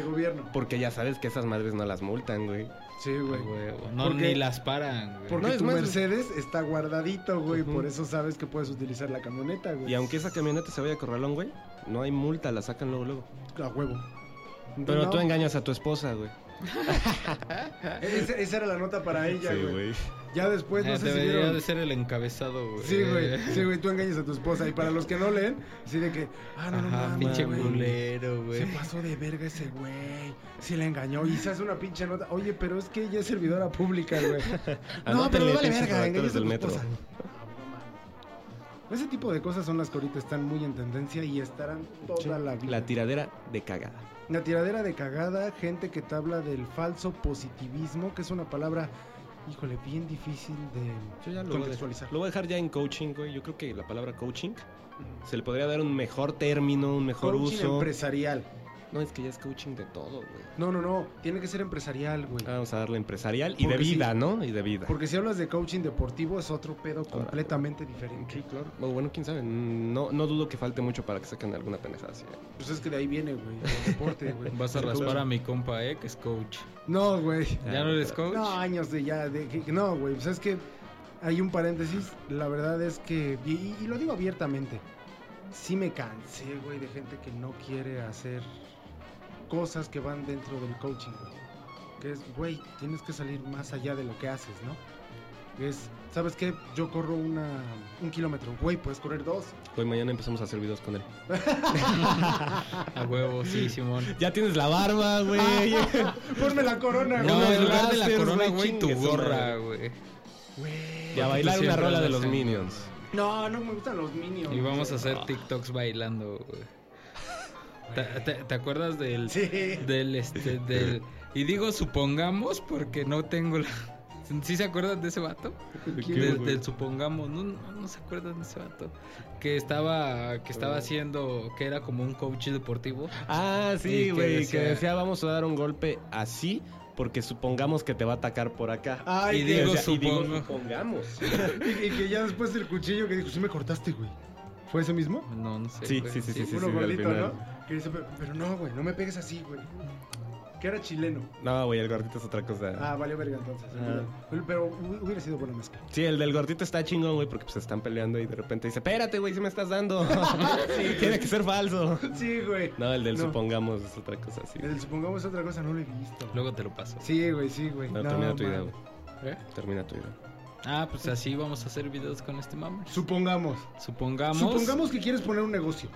Speaker 3: Porque ya sabes que esas madres no las multan, güey.
Speaker 4: Sí,
Speaker 2: Ah,
Speaker 4: güey.
Speaker 2: huevo. No,
Speaker 4: Porque-
Speaker 2: ni las paran, güey.
Speaker 4: Porque
Speaker 3: No, es
Speaker 4: tu
Speaker 3: más-
Speaker 4: Mercedes está guardadito, güey.
Speaker 3: Ujú.
Speaker 4: Por eso sabes que puedes utilizar la camioneta, güey.
Speaker 3: Y aunque esa camioneta se vaya a corralón, güey, no hay multa, la sacan luego, luego.
Speaker 4: A huevo.
Speaker 3: Pero
Speaker 4: No,
Speaker 3: tú engañas a tu esposa, güey.
Speaker 4: Esa, esa era la nota para ella, güey. ya después, no
Speaker 2: Eh,
Speaker 4: sé si
Speaker 2: debería
Speaker 4: vieron.
Speaker 2: de ser el encabezado, güey.
Speaker 4: Sí, güey.
Speaker 3: Eh.
Speaker 4: Sí, güey. Tú engañas a tu esposa. Y para los que no leen, así de que. Ah, no, no,
Speaker 2: Ajá,
Speaker 4: mames,
Speaker 2: pinche
Speaker 4: güey.
Speaker 2: culero, güey.
Speaker 4: Se pasó de verga ese güey. Sí la engañó. Y se hace una pinche nota. Oye, pero es que ella es servidora pública, güey. no, pero
Speaker 3: Anótenle,
Speaker 4: me vale
Speaker 3: pinches
Speaker 4: verga.
Speaker 3: redactores
Speaker 4: Engañaste a
Speaker 3: del
Speaker 4: tu
Speaker 3: metro.
Speaker 4: esposa. Ese tipo de cosas son las que ahorita están muy en tendencia y estarán toda la vida.
Speaker 3: La tiradera de cagada.
Speaker 4: La tiradera de cagada, gente que te habla del falso positivismo, que es una palabra, híjole, bien difícil de
Speaker 3: Yo ya lo voy, a dejar,
Speaker 4: contextualizar.
Speaker 3: lo voy a dejar ya en coaching, güey. Yo creo que la palabra coaching se le podría dar un mejor término, un mejor
Speaker 4: Coaching
Speaker 3: uso.
Speaker 4: empresarial.
Speaker 3: No, es que ya es coaching de todo, güey. Ah,
Speaker 4: No, no, no, tiene que ser empresarial, güey.
Speaker 3: Vamos a darle empresarial y de
Speaker 4: Porque sí.
Speaker 3: vida, ¿no? Y de vida.
Speaker 4: Porque si hablas de coaching deportivo es otro pedo completamente diferente.
Speaker 3: Sí, claro. O bueno, quién sabe. No, no dudo que falte mucho para que saquen alguna pendejada así.
Speaker 4: Pues es que de ahí viene, güey, el deporte, güey.
Speaker 2: Vas a
Speaker 4: El
Speaker 2: raspar a
Speaker 4: coaching.
Speaker 2: mi compa, eh, que es coach.
Speaker 4: No, güey.
Speaker 2: ¿Ya no eres coach?
Speaker 4: No, años de ya, de, que- no, güey, pues es que hay un paréntesis, la verdad es que, y- y, y lo digo abiertamente, sí me cansé, güey, de gente que no quiere hacer cosas que van dentro del coaching, güey. Que es, güey, tienes que salir más allá de lo que haces, ¿no? Es, ¿sabes qué? Yo corro una, un kilómetro, güey, puedes correr dos.
Speaker 3: Hoy mañana empezamos a hacer videos con él.
Speaker 2: A huevo, sí, Simón.
Speaker 3: Ya tienes la barba, güey.
Speaker 4: Ponme la corona,
Speaker 2: No,
Speaker 4: güey.
Speaker 3: unos
Speaker 2: en lugar de la
Speaker 3: blasters,
Speaker 2: corona,
Speaker 3: güey,
Speaker 2: güey, tu
Speaker 3: chingue su
Speaker 2: gorra,
Speaker 3: madre.
Speaker 2: güey.
Speaker 3: y a
Speaker 2: Porque
Speaker 3: bailar
Speaker 2: tú
Speaker 3: una
Speaker 2: siempre
Speaker 3: rola de
Speaker 2: lo
Speaker 3: los
Speaker 2: hacemos,
Speaker 3: Minions.
Speaker 4: No, no me gustan los minions.
Speaker 2: Y vamos
Speaker 4: güey.
Speaker 2: a hacer TikToks bailando, güey. ¿Te, te- te acuerdas del.
Speaker 4: Sí.
Speaker 2: Del este. Del. Y digo supongamos porque no tengo la. ¿Sí se acuerdan de ese vato?
Speaker 3: ¿Qué,
Speaker 2: Del,
Speaker 3: güey?
Speaker 2: del supongamos, no, no, no se acuerdan de ese vato. Que estaba, que estaba haciendo, que era como un coach deportivo.
Speaker 3: Ah,
Speaker 2: Y
Speaker 3: sí,
Speaker 2: que
Speaker 3: güey. Que,
Speaker 2: decía-
Speaker 3: decía, vamos a dar un golpe así porque supongamos que te va a atacar por acá.
Speaker 4: Ay,
Speaker 2: y
Speaker 4: qué-
Speaker 2: digo,
Speaker 3: O sea, y digo,
Speaker 2: supongo.
Speaker 3: supongamos.
Speaker 4: Y, y que ya después el cuchillo que dijo, sí me cortaste, güey. ¿Fue ese mismo?
Speaker 2: No, no sé.
Speaker 3: Sí,
Speaker 2: güey.
Speaker 3: sí, sí, sí, sí.
Speaker 4: Uno
Speaker 3: al
Speaker 4: gordito,
Speaker 3: final.
Speaker 4: ¿no? Que dice, pero, pero no, güey, no me pegues así, güey. Que era chileno.
Speaker 3: No, güey, el gordito es otra cosa.
Speaker 4: Ah, valió verga entonces.
Speaker 3: Ah.
Speaker 4: Pero- Pero hu- hubiera sido buena mezcla.
Speaker 3: Sí, el del gordito está chingón, güey, porque pues, se están peleando y de repente dice, espérate, güey, si me estás dando. Tiene que ser falso.
Speaker 4: Sí, güey.
Speaker 3: No, el del
Speaker 4: No.
Speaker 3: supongamos es otra cosa así.
Speaker 4: El supongamos otra cosa, no lo he visto.
Speaker 2: Luego te lo paso.
Speaker 4: Sí, güey, sí, güey.
Speaker 3: No, termina tu
Speaker 4: man.
Speaker 3: idea, güey.
Speaker 2: ¿Eh?
Speaker 3: Termina tu idea.
Speaker 2: Ah, pues así vamos a hacer videos con este mame.
Speaker 4: Supongamos.
Speaker 2: Supongamos.
Speaker 4: Supongamos que quieres poner un negocio.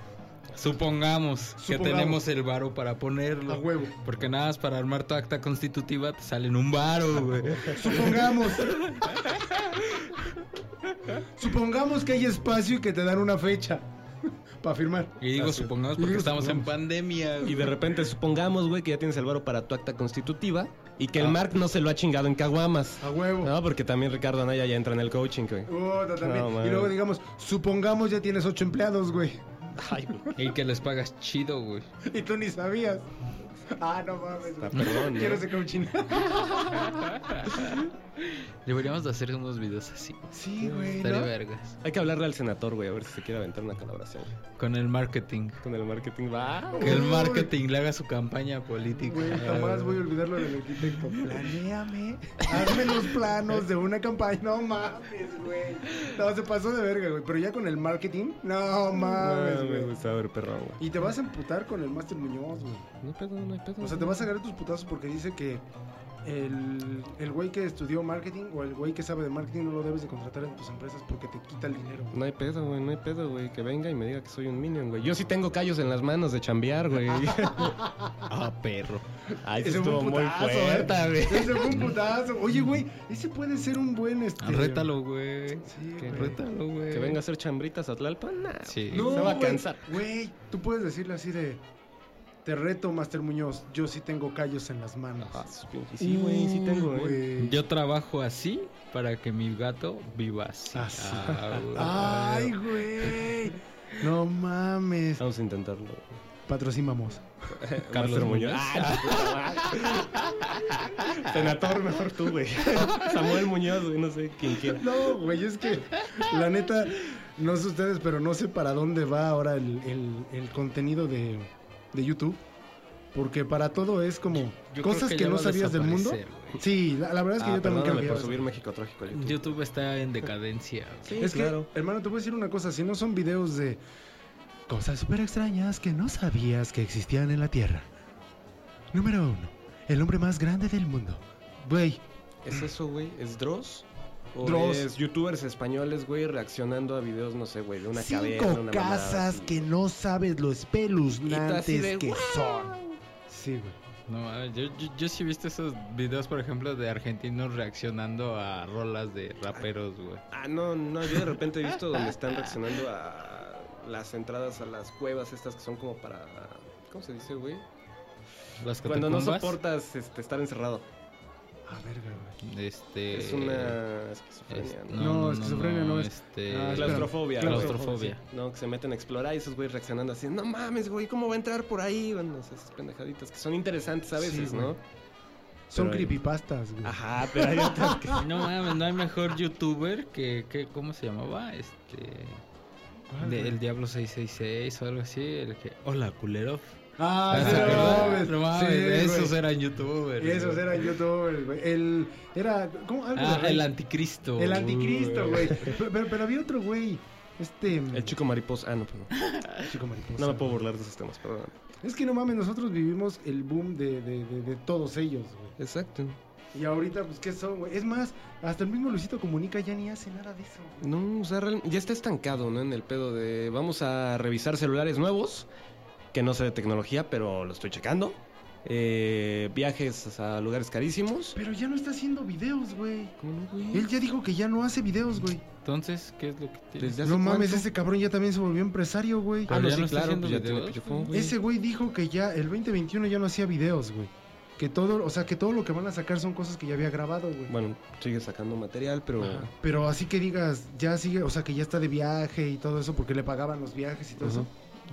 Speaker 2: Supongamos que
Speaker 4: Supongamos.
Speaker 2: tenemos el varo para ponerlo.
Speaker 4: A huevo.
Speaker 2: Porque nada más para armar tu acta constitutiva te salen un varo, güey.
Speaker 4: Supongamos. supongamos que hay espacio y que te dan una fecha para firmar.
Speaker 2: Y digo supongamos
Speaker 4: Y
Speaker 2: porque
Speaker 4: digo,
Speaker 2: estamos en
Speaker 4: supongamos.
Speaker 2: pandemia.
Speaker 3: Y
Speaker 2: güey.
Speaker 3: de repente supongamos, güey, que ya tienes el varo para tu acta constitutiva y que el Mark no se lo ha chingado en caguamas.
Speaker 4: A huevo.
Speaker 3: No, porque también Ricardo Anaya ya entra en el coaching, güey.
Speaker 4: Puta, también.
Speaker 3: No,
Speaker 4: y
Speaker 3: mames.
Speaker 4: luego digamos, supongamos ya tienes ocho empleados, güey.
Speaker 3: Ay, güey.
Speaker 2: Y que les pagas chido, güey.
Speaker 4: Y tú ni sabías. Ah, no mames.
Speaker 3: Está
Speaker 4: güey.
Speaker 3: perdón, ¿no?
Speaker 4: Quiero ese cauchín.
Speaker 5: Deberíamos de hacer unos videos así.
Speaker 4: Sí, güey.
Speaker 5: Estaría
Speaker 4: ¿no?
Speaker 5: vergas.
Speaker 3: Hay que hablarle al senador, güey, a ver si se quiere aventar una colaboración.
Speaker 2: Con el marketing.
Speaker 3: Con el marketing va.
Speaker 2: Que el
Speaker 4: Uy.
Speaker 2: marketing le haga su campaña política.
Speaker 4: Güey, jamás voy a olvidar lo del arquitecto. Planeame, hazme los planos de una campaña. No mames, güey. No, se pasó de verga, güey. Pero ya con el marketing, no mames,
Speaker 3: me
Speaker 4: güey.
Speaker 3: gusta ver perro, güey.
Speaker 4: Y te vas a emputar con el Master Muñoz, güey.
Speaker 3: No hay pedo, no hay pedo.
Speaker 4: O sea, te vas a agarrar tus putazos porque dice que el el güey que estudió marketing o el güey que sabe de marketing no lo debes de contratar en tus empresas porque te quita el dinero. güey.
Speaker 3: No hay pedo, güey, no hay pedo, güey. Que venga y me diga que soy un minion, güey. Yo sí tengo callos en las manos de chambear, güey.
Speaker 2: Ah, perro.
Speaker 3: Ay,
Speaker 4: Ese fue un putazo, ¿eh?
Speaker 3: fuerte, güey.
Speaker 4: Ese fue un putazo. Oye, güey, ese puede ser un buen este.
Speaker 2: Ah, Rétalo, güey.
Speaker 4: Sí,
Speaker 3: Que
Speaker 4: güey.
Speaker 2: Rétalo, güey.
Speaker 3: Que venga a hacer chambritas a Tlalpan, nah.
Speaker 2: Sí.
Speaker 4: No,
Speaker 3: Se va a
Speaker 4: güey,
Speaker 3: cansar.
Speaker 4: Güey, tú puedes decirle así de. Te reto, Master Muñoz. Yo sí tengo callos en las manos.
Speaker 3: Ah, su pinche- Sí, güey, sí tengo, eh.
Speaker 4: Uy,
Speaker 3: güey.
Speaker 4: güey.
Speaker 2: Yo trabajo así para que mi gato viva así.
Speaker 4: Así.
Speaker 2: Ah, güey.
Speaker 4: Ay, güey. No mames.
Speaker 3: Vamos a intentarlo.
Speaker 4: Patrocinamos.
Speaker 3: Master
Speaker 2: Muñoz. Ah,
Speaker 3: Senator, mejor tú, güey. Samuel Muñoz, güey, no sé quién quiera.
Speaker 4: No, güey, es que la neta, no sé ustedes, pero no sé para dónde va ahora el, el- el contenido de, de YouTube. Porque para todo es como
Speaker 2: Yo creo
Speaker 4: cosas que,
Speaker 2: ya
Speaker 4: no
Speaker 2: va a
Speaker 4: sabías del mundo.
Speaker 2: desaparecer, güey.
Speaker 4: Sí, la, la verdad es que
Speaker 3: Ah,
Speaker 4: yo también creo
Speaker 3: perdóname
Speaker 4: que ya
Speaker 3: por
Speaker 4: va a
Speaker 3: subir México Trágico a YouTube.
Speaker 2: YouTube está en decadencia. güey.
Speaker 3: Sí,
Speaker 4: Es
Speaker 3: claro.
Speaker 4: que, hermano, te voy a decir una cosa, si no son videos de cosas súper extrañas que no sabías que existían en la Tierra. Número uno, el hombre más grande del mundo. Güey,
Speaker 3: ¿Es eso, güey? ¿Es Dross? ¿O
Speaker 4: Dross.
Speaker 3: es youtubers españoles, güey, reaccionando a videos, no sé, güey, de una
Speaker 4: cinco
Speaker 3: caverna, una mamada
Speaker 4: casas
Speaker 3: así?
Speaker 4: que no sabes lo
Speaker 3: Y tú así
Speaker 4: espeluznantes
Speaker 3: de,
Speaker 4: que
Speaker 3: "Wow".
Speaker 4: son. Sí, güey.
Speaker 2: No, mames, yo, yo, yo sí he visto esos videos, por ejemplo, de argentinos reaccionando a rolas de raperos, güey.
Speaker 3: Ah, no, no, yo de repente he visto donde están reaccionando a las entradas a las cuevas estas que son como para... ¿Cómo se dice, güey?
Speaker 2: Las
Speaker 3: Cuando no
Speaker 2: catacumbas,
Speaker 3: soportas este, estar encerrado.
Speaker 4: A verga, güey.
Speaker 2: Este.
Speaker 3: Es una esquizofrenia,
Speaker 2: es-
Speaker 3: ¿no?
Speaker 4: No, esquizofrenia no es.
Speaker 2: Este,
Speaker 4: Ah,
Speaker 3: Claustrofobia.
Speaker 4: espérame.
Speaker 2: Claustrofobia.
Speaker 3: sí. No, que se meten a explorar y esos güeyes reaccionando así, no mames, güey, ¿cómo va a entrar por ahí? Bueno, esas pendejaditas que son interesantes a
Speaker 4: Sí,
Speaker 3: veces,
Speaker 4: güey.
Speaker 3: ¿no? Pero
Speaker 4: Son
Speaker 3: hay-
Speaker 4: creepypastas, güey.
Speaker 3: Ajá, pero hay otras que...
Speaker 2: No mames, no hay mejor youtuber que, que ¿cómo se llamaba? Este
Speaker 4: ¿Cuál,
Speaker 2: de-
Speaker 4: güey?
Speaker 2: el Diablo 666 o algo así, el que hola culero.
Speaker 4: Ah,
Speaker 2: ¿Te
Speaker 4: sí, no
Speaker 2: acuerdas?
Speaker 4: mames.
Speaker 2: No
Speaker 4: Sí,
Speaker 2: mames,
Speaker 4: güey.
Speaker 2: esos eran youtubers.
Speaker 4: Esos
Speaker 2: güey.
Speaker 4: eran youtubers, güey. El. Era. ¿Cómo? Algo de
Speaker 2: Ah,
Speaker 4: rey.
Speaker 2: el anticristo.
Speaker 4: El anticristo, güey. Pero, pero- pero había otro güey. Este.
Speaker 3: El chico mariposa. Ah, no, perdón.
Speaker 4: chico mariposa.
Speaker 3: No me puedo burlar de esos temas, perdón.
Speaker 4: Es que no mames, nosotros vivimos el boom de, de- de- de todos ellos, güey.
Speaker 3: Exacto.
Speaker 4: Y ahorita, pues, ¿qué son, güey? Es más, hasta el mismo Luisito Comunica ya ni hace nada de eso, güey.
Speaker 3: No, o sea, real- ya está estancado, ¿no? En el pedo de vamos a revisar celulares nuevos, que no sé de tecnología, pero lo estoy checando. Eh, viajes a lugares carísimos.
Speaker 4: Pero ya no está haciendo videos, güey.
Speaker 3: ¿Cómo no, güey?
Speaker 4: Él ya dijo que ya no hace videos, güey.
Speaker 2: Entonces, ¿qué es lo que tiene?
Speaker 3: ¿Desde
Speaker 4: No
Speaker 3: hace
Speaker 4: mames,
Speaker 3: cuánto?
Speaker 4: ese cabrón ya también se volvió empresario, güey.
Speaker 2: Pero
Speaker 3: Ah, no,
Speaker 2: ya
Speaker 3: sí,
Speaker 2: no está
Speaker 3: claro,
Speaker 2: haciendo
Speaker 3: pues ya tiene
Speaker 2: videos,
Speaker 3: pillofón, güey.
Speaker 4: Ese güey dijo que ya el 2021 ya no hacía videos, güey. Que todo, o sea, que todo lo que van a sacar son cosas que ya había grabado, güey.
Speaker 3: Bueno, sigue sacando material, pero...
Speaker 4: Ajá. Pero así que digas, ya sigue, o sea, que ya está de viaje y todo eso, porque le pagaban los viajes y todo
Speaker 3: Ujú.
Speaker 4: eso.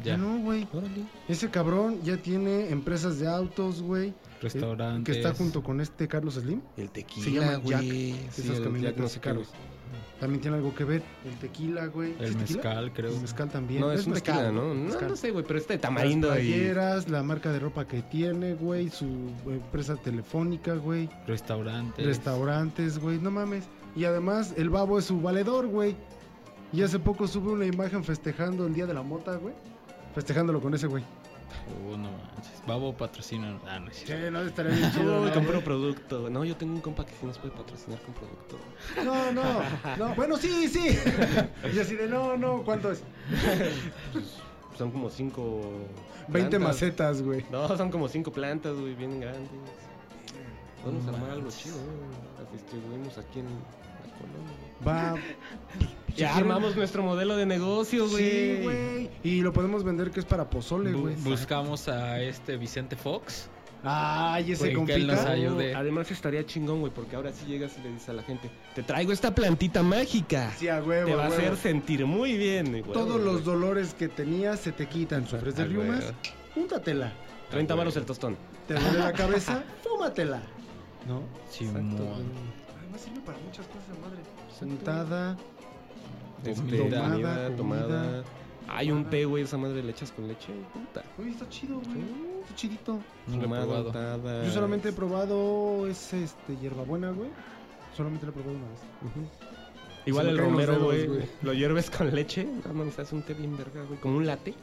Speaker 4: Ya no, güey.
Speaker 3: Órale.
Speaker 4: Ese cabrón ya tiene empresas de autos, güey. eh,
Speaker 2: restaurantes.
Speaker 4: Que está junto con este Carlos Slim.
Speaker 3: El
Speaker 4: Se
Speaker 3: tequila,
Speaker 4: llama Jack.
Speaker 3: güey. Sí,
Speaker 4: Esas
Speaker 3: el
Speaker 4: camionetas
Speaker 3: Jack no sé qué,
Speaker 4: caros. También tiene algo que ver. El tequila, güey. ¿Sí
Speaker 2: el
Speaker 4: es tequila?
Speaker 2: mezcal, creo.
Speaker 4: El mezcal
Speaker 3: güey.
Speaker 4: también.
Speaker 3: No, es, un
Speaker 4: mezcal,
Speaker 3: tequila, ¿no? No,
Speaker 4: Mezcal.
Speaker 3: no sé, güey, pero este de
Speaker 4: Las
Speaker 3: tamarindo y...
Speaker 4: playeras, la marca de ropa que tiene, güey, su empresa telefónica, güey,
Speaker 2: Restaurantes.
Speaker 4: restaurantes, güey, no mames. Y además, el babo es su valedor, güey. Y hace poco sube una imagen festejando el día de la mota, güey. Festejándolo con ese güey.
Speaker 2: Oh, no manches. Babo patrocina. Ah, no es
Speaker 4: Sí,
Speaker 2: cierto.
Speaker 4: no, estaría bien
Speaker 3: Yo
Speaker 4: chido. ¿no?
Speaker 3: compro producto. No, yo tengo un compa que sí nos puede patrocinar con producto.
Speaker 4: no, no, no. Bueno, sí, sí. Y así de, no, no, ¿cuánto es?
Speaker 3: Pues, son como cinco.
Speaker 4: 20
Speaker 3: plantas.
Speaker 4: macetas, güey.
Speaker 3: No, son como cinco plantas, güey, bien grandes. Vamos a armar algo chido, güey. Las distribuimos aquí en la colonia.
Speaker 4: Va. Pues
Speaker 3: Ya armamos nuestro modelo de negocio, güey.
Speaker 4: Sí, güey. Y lo podemos vender que es para pozole,
Speaker 2: Bu-
Speaker 4: güey.
Speaker 2: buscamos a este Vicente Fox.
Speaker 4: Ay, ese
Speaker 2: Güey, que él
Speaker 4: compita.
Speaker 2: nos ayude.
Speaker 3: Además estaría chingón, güey, porque ahora sí llegas y le dices a la gente, te traigo esta plantita mágica.
Speaker 4: Sí, a huevo,
Speaker 3: te va
Speaker 4: a
Speaker 3: a
Speaker 4: huevo.
Speaker 3: hacer sentir muy bien, güey.
Speaker 4: Todos los dolores que tenías se te quitan. Sufres de
Speaker 2: Ah, güey.
Speaker 4: riumas, júntatela.
Speaker 3: 30 varos el tostón.
Speaker 4: Te duele la cabeza, fúmatela. ¿No?
Speaker 2: Simón.
Speaker 4: güey. Además sirve para muchas cosas, madre. Sentada.
Speaker 3: Este,
Speaker 4: Comida,
Speaker 3: comida,
Speaker 4: comida.
Speaker 3: tomada. Hay un P, güey, esa madre le echas con leche. Puta.
Speaker 4: Uy, está chido, güey. Está chidito.
Speaker 5: No lo he
Speaker 3: Fumada,
Speaker 5: probado.
Speaker 3: untada.
Speaker 4: Yo solamente he probado ese este, hierbabuena, güey. Solamente lo he probado una vez.
Speaker 3: Igual
Speaker 4: Se
Speaker 3: el
Speaker 4: me caen los
Speaker 3: romero,
Speaker 4: dedos,
Speaker 3: güey.
Speaker 4: güey.
Speaker 3: Lo hierves con leche. No mames, hace un té bien verga, güey. Como un latte.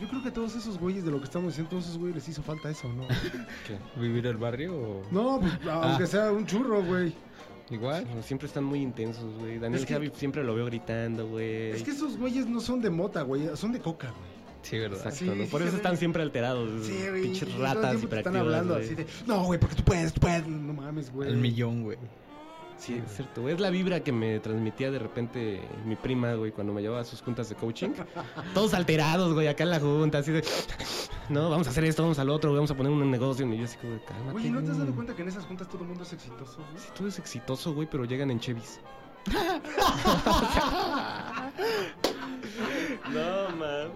Speaker 4: Yo creo que a todos esos güeyes de lo que estamos diciendo, todos esos güeyes les hizo falta eso, ¿no?
Speaker 6: ¿Vivir el barrio o
Speaker 4: No, pues, aunque sea un churro, güey.
Speaker 6: igual?
Speaker 3: No, Siempre están muy intensos, güey. Daniel
Speaker 4: Es que-
Speaker 3: Javi siempre lo veo gritando, güey.
Speaker 4: Es que esos güeyes no son de mota, güey. Son de coca, güey.
Speaker 6: Sí, ¿verdad?
Speaker 3: Exacto,
Speaker 4: Sí,
Speaker 3: ¿no?
Speaker 4: sí
Speaker 3: Por
Speaker 4: se
Speaker 3: eso
Speaker 4: ven.
Speaker 3: están siempre alterados.
Speaker 4: Sí, güey. y
Speaker 3: Mm, Pinches
Speaker 4: todo el
Speaker 3: ratas
Speaker 4: tiempo te están hablando así de, no, güey, porque tú puedes, tú puedes. No mames, güey.
Speaker 2: El millón, güey.
Speaker 3: Sí, es cierto. güey. Es la vibra que me transmitía de repente mi prima, güey, cuando me llevaba a sus juntas de coaching. Todos alterados, güey, acá en la junta, así de... No, vamos a hacer esto, vamos al otro, güey, vamos a poner un negocio. Y yo así como, de, cálmate.
Speaker 4: Güey, ¿no te has dado
Speaker 3: güey.
Speaker 4: cuenta que en esas juntas todo el mundo es exitoso, güey?
Speaker 3: Sí, todo es exitoso, güey, pero llegan en Chevys. no, man.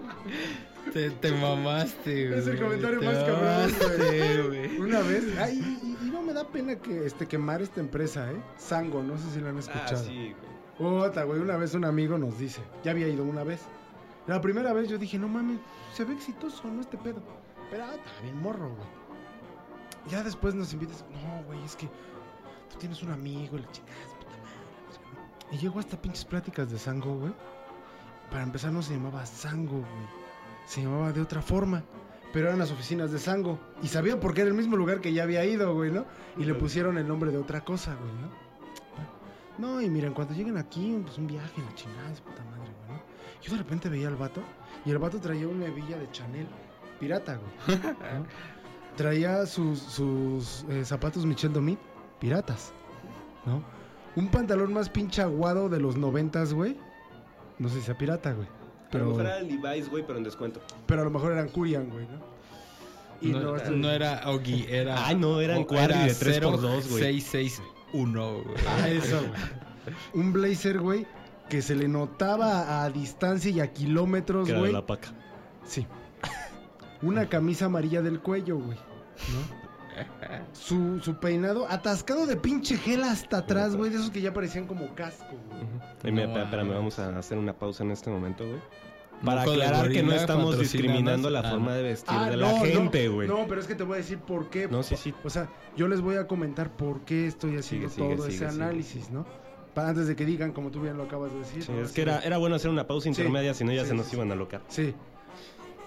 Speaker 2: Te, te mamaste, güey.
Speaker 4: Es el comentario
Speaker 2: Te
Speaker 4: más cabrón,
Speaker 2: mamaste, güey.
Speaker 4: Una vez, ay, y, y no me da pena que este quemar esta empresa, ¿eh? Sango, no sé si lo han
Speaker 3: Ah,
Speaker 4: escuchado.
Speaker 3: sí, güey.
Speaker 4: Puta, güey, una vez un amigo nos dice, ya había ido una vez. La primera vez yo dije, no mames, se ve exitoso, ¿no? Este pedo. Pero ah, está bien morro, güey. Ya después nos invitas, no, güey, es que tú tienes un amigo, la chingada, es puta madre. o sea, ¿no? Y llegó a estas pinches pláticas de Sango, güey. Para empezar no se llamaba Sango, güey. Se llamaba de otra forma. Pero eran las oficinas de Sango. Y sabía porque era el mismo lugar que ya había ido, güey, ¿no? Y le pusieron el nombre de otra cosa, güey, ¿no? No, y miren, cuando lleguen aquí, pues un viaje, la chingada, es puta madre, güey. ¿no? Yo de repente veía al vato, y el vato traía una hebilla de Chanel pirata, güey. ¿no? Traía sus, sus eh, zapatos Michel Domi piratas, ¿no? Un pantalón más pinche aguado de los noventas, güey. No sé si sea pirata, güey.
Speaker 3: Pero... A lo
Speaker 4: Pero,
Speaker 3: mejor era el Levi's, güey, pero en descuento.
Speaker 4: pero a lo mejor eran Curian, güey, ¿no? Y
Speaker 2: no,
Speaker 4: no,
Speaker 2: era- no era Ogi, era.
Speaker 3: Ah, Ay, no, eran cuadri Oh, de 3x2, güey.
Speaker 2: 661, güey.
Speaker 4: Ah, eso, güey. Un blazer, güey, que se le notaba a distancia y a kilómetros,
Speaker 3: Que era
Speaker 4: güey.
Speaker 3: la paca.
Speaker 4: Sí. Una camisa amarilla del cuello, güey. ¿No? Su, su peinado atascado de pinche gel hasta atrás, güey. De esos que ya parecían como casco, güey.
Speaker 3: Eh, mira,
Speaker 2: No
Speaker 3: espera, espérame,
Speaker 2: mames.
Speaker 3: vamos a hacer una pausa en este momento, güey. Para
Speaker 2: Moco de
Speaker 3: aclarar que no
Speaker 2: gorila,
Speaker 3: estamos
Speaker 2: patrocínanos.
Speaker 3: discriminando la
Speaker 2: Ah,
Speaker 3: forma de vestir de la gente, güey.
Speaker 4: No, pero es que te voy a decir por qué.
Speaker 3: No, sí, sí.
Speaker 4: O sea, yo les voy a comentar por qué estoy haciendo
Speaker 3: Sigue, sigue,
Speaker 4: todo
Speaker 3: sigue,
Speaker 4: ese
Speaker 3: sigue.
Speaker 4: análisis, ¿no? Para antes de que digan, como tú bien lo acabas de decir.
Speaker 3: Sí,
Speaker 4: ¿no?
Speaker 3: es
Speaker 4: Así
Speaker 3: que
Speaker 4: de-
Speaker 3: era, era bueno hacer una pausa intermedia, si no ya
Speaker 4: sí,
Speaker 3: se
Speaker 4: sí,
Speaker 3: nos
Speaker 4: sí.
Speaker 3: iban a locar.
Speaker 4: Sí.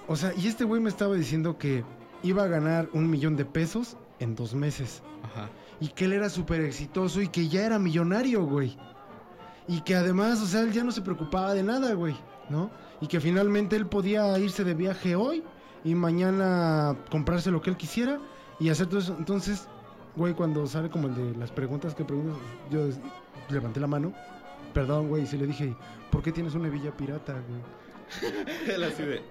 Speaker 4: O sea, y este güey me estaba diciendo que iba a ganar un millón de pesos en dos meses.
Speaker 2: Ajá.
Speaker 4: Y que él era súper exitoso y que ya era millonario, güey. Y que además, o sea, él ya no se preocupaba de nada, güey, ¿no? Y que finalmente él podía irse de viaje hoy y mañana comprarse lo que él quisiera y hacer todo eso. Entonces, güey, cuando sale como el de las preguntas que preguntas, yo des- levanté la mano. Perdón, güey, y sí le dije, ¿por qué tienes una hebilla pirata, güey?
Speaker 3: Él así de,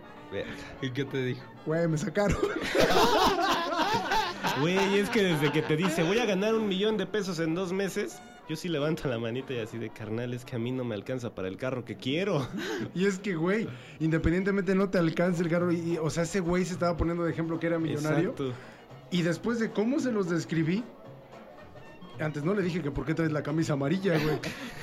Speaker 2: ¿Y qué te dijo?
Speaker 4: Güey, me sacaron. Ah.
Speaker 3: Güey, es que desde que te dice voy a ganar un millón de pesos en dos meses, yo sí levanto la manita y así de carnal, es que a mí no me alcanza para el carro que quiero.
Speaker 4: Y es que, güey, independientemente no te alcance el carro. Y, y, o sea, ese güey se estaba poniendo de ejemplo que era millonario.
Speaker 3: Exacto.
Speaker 4: Y después de cómo se los describí, antes no le dije que por qué traes la camisa amarilla, güey.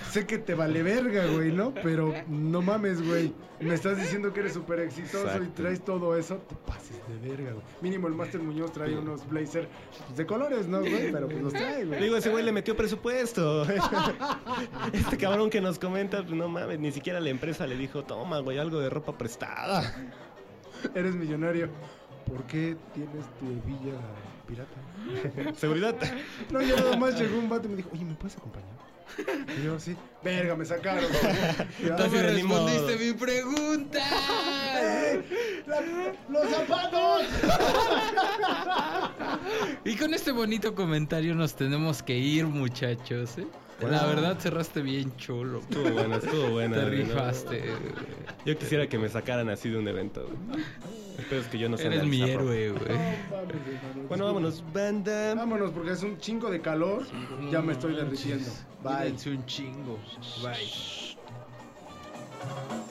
Speaker 4: sé que te vale verga, güey, ¿no? Pero no mames, güey. Me estás diciendo que eres súper exitoso y
Speaker 3: Exacto.
Speaker 4: traes todo eso. Te pases de verga, güey. Mínimo el Master Muñoz trae unos blazer pues, de colores, ¿no, güey? Pero pues los trae, güey.
Speaker 3: Digo, ese güey le metió presupuesto. Este cabrón que nos comenta, pues no mames, ni siquiera la empresa le dijo, toma, güey, algo de ropa prestada.
Speaker 4: Eres millonario. ¿Por qué tienes tu hebilla pirata?
Speaker 3: Seguridad.
Speaker 4: No, yo nada más llegó un vato y me dijo, oye, ¿me puedes acompañar? Y yo así, verga, me sacaron. güey". Y yo,
Speaker 3: No me Ni modo.
Speaker 5: Respondiste mi pregunta.
Speaker 4: "Eh, la- ¡Los zapatos!
Speaker 5: Y con este bonito comentario nos tenemos que ir, muchachos. ¿eh? La verdad cerraste bien chulo.
Speaker 3: Estuvo buena, estuvo buena.
Speaker 5: Te
Speaker 3: güey, ¿no?
Speaker 5: rifaste.
Speaker 3: Yo quisiera que me sacaran así de un evento. güey. El pedo es que yo no sé
Speaker 5: Eres mi
Speaker 3: analizar ropa.
Speaker 5: héroe, güey.
Speaker 4: No mames, hermano,
Speaker 3: Bueno, vámonos, banda.
Speaker 4: Vámonos porque es un chingo de calor. Ya me estoy derritiendo. Bye.
Speaker 2: Cuídense un chingo. Bye.
Speaker 5: Bye.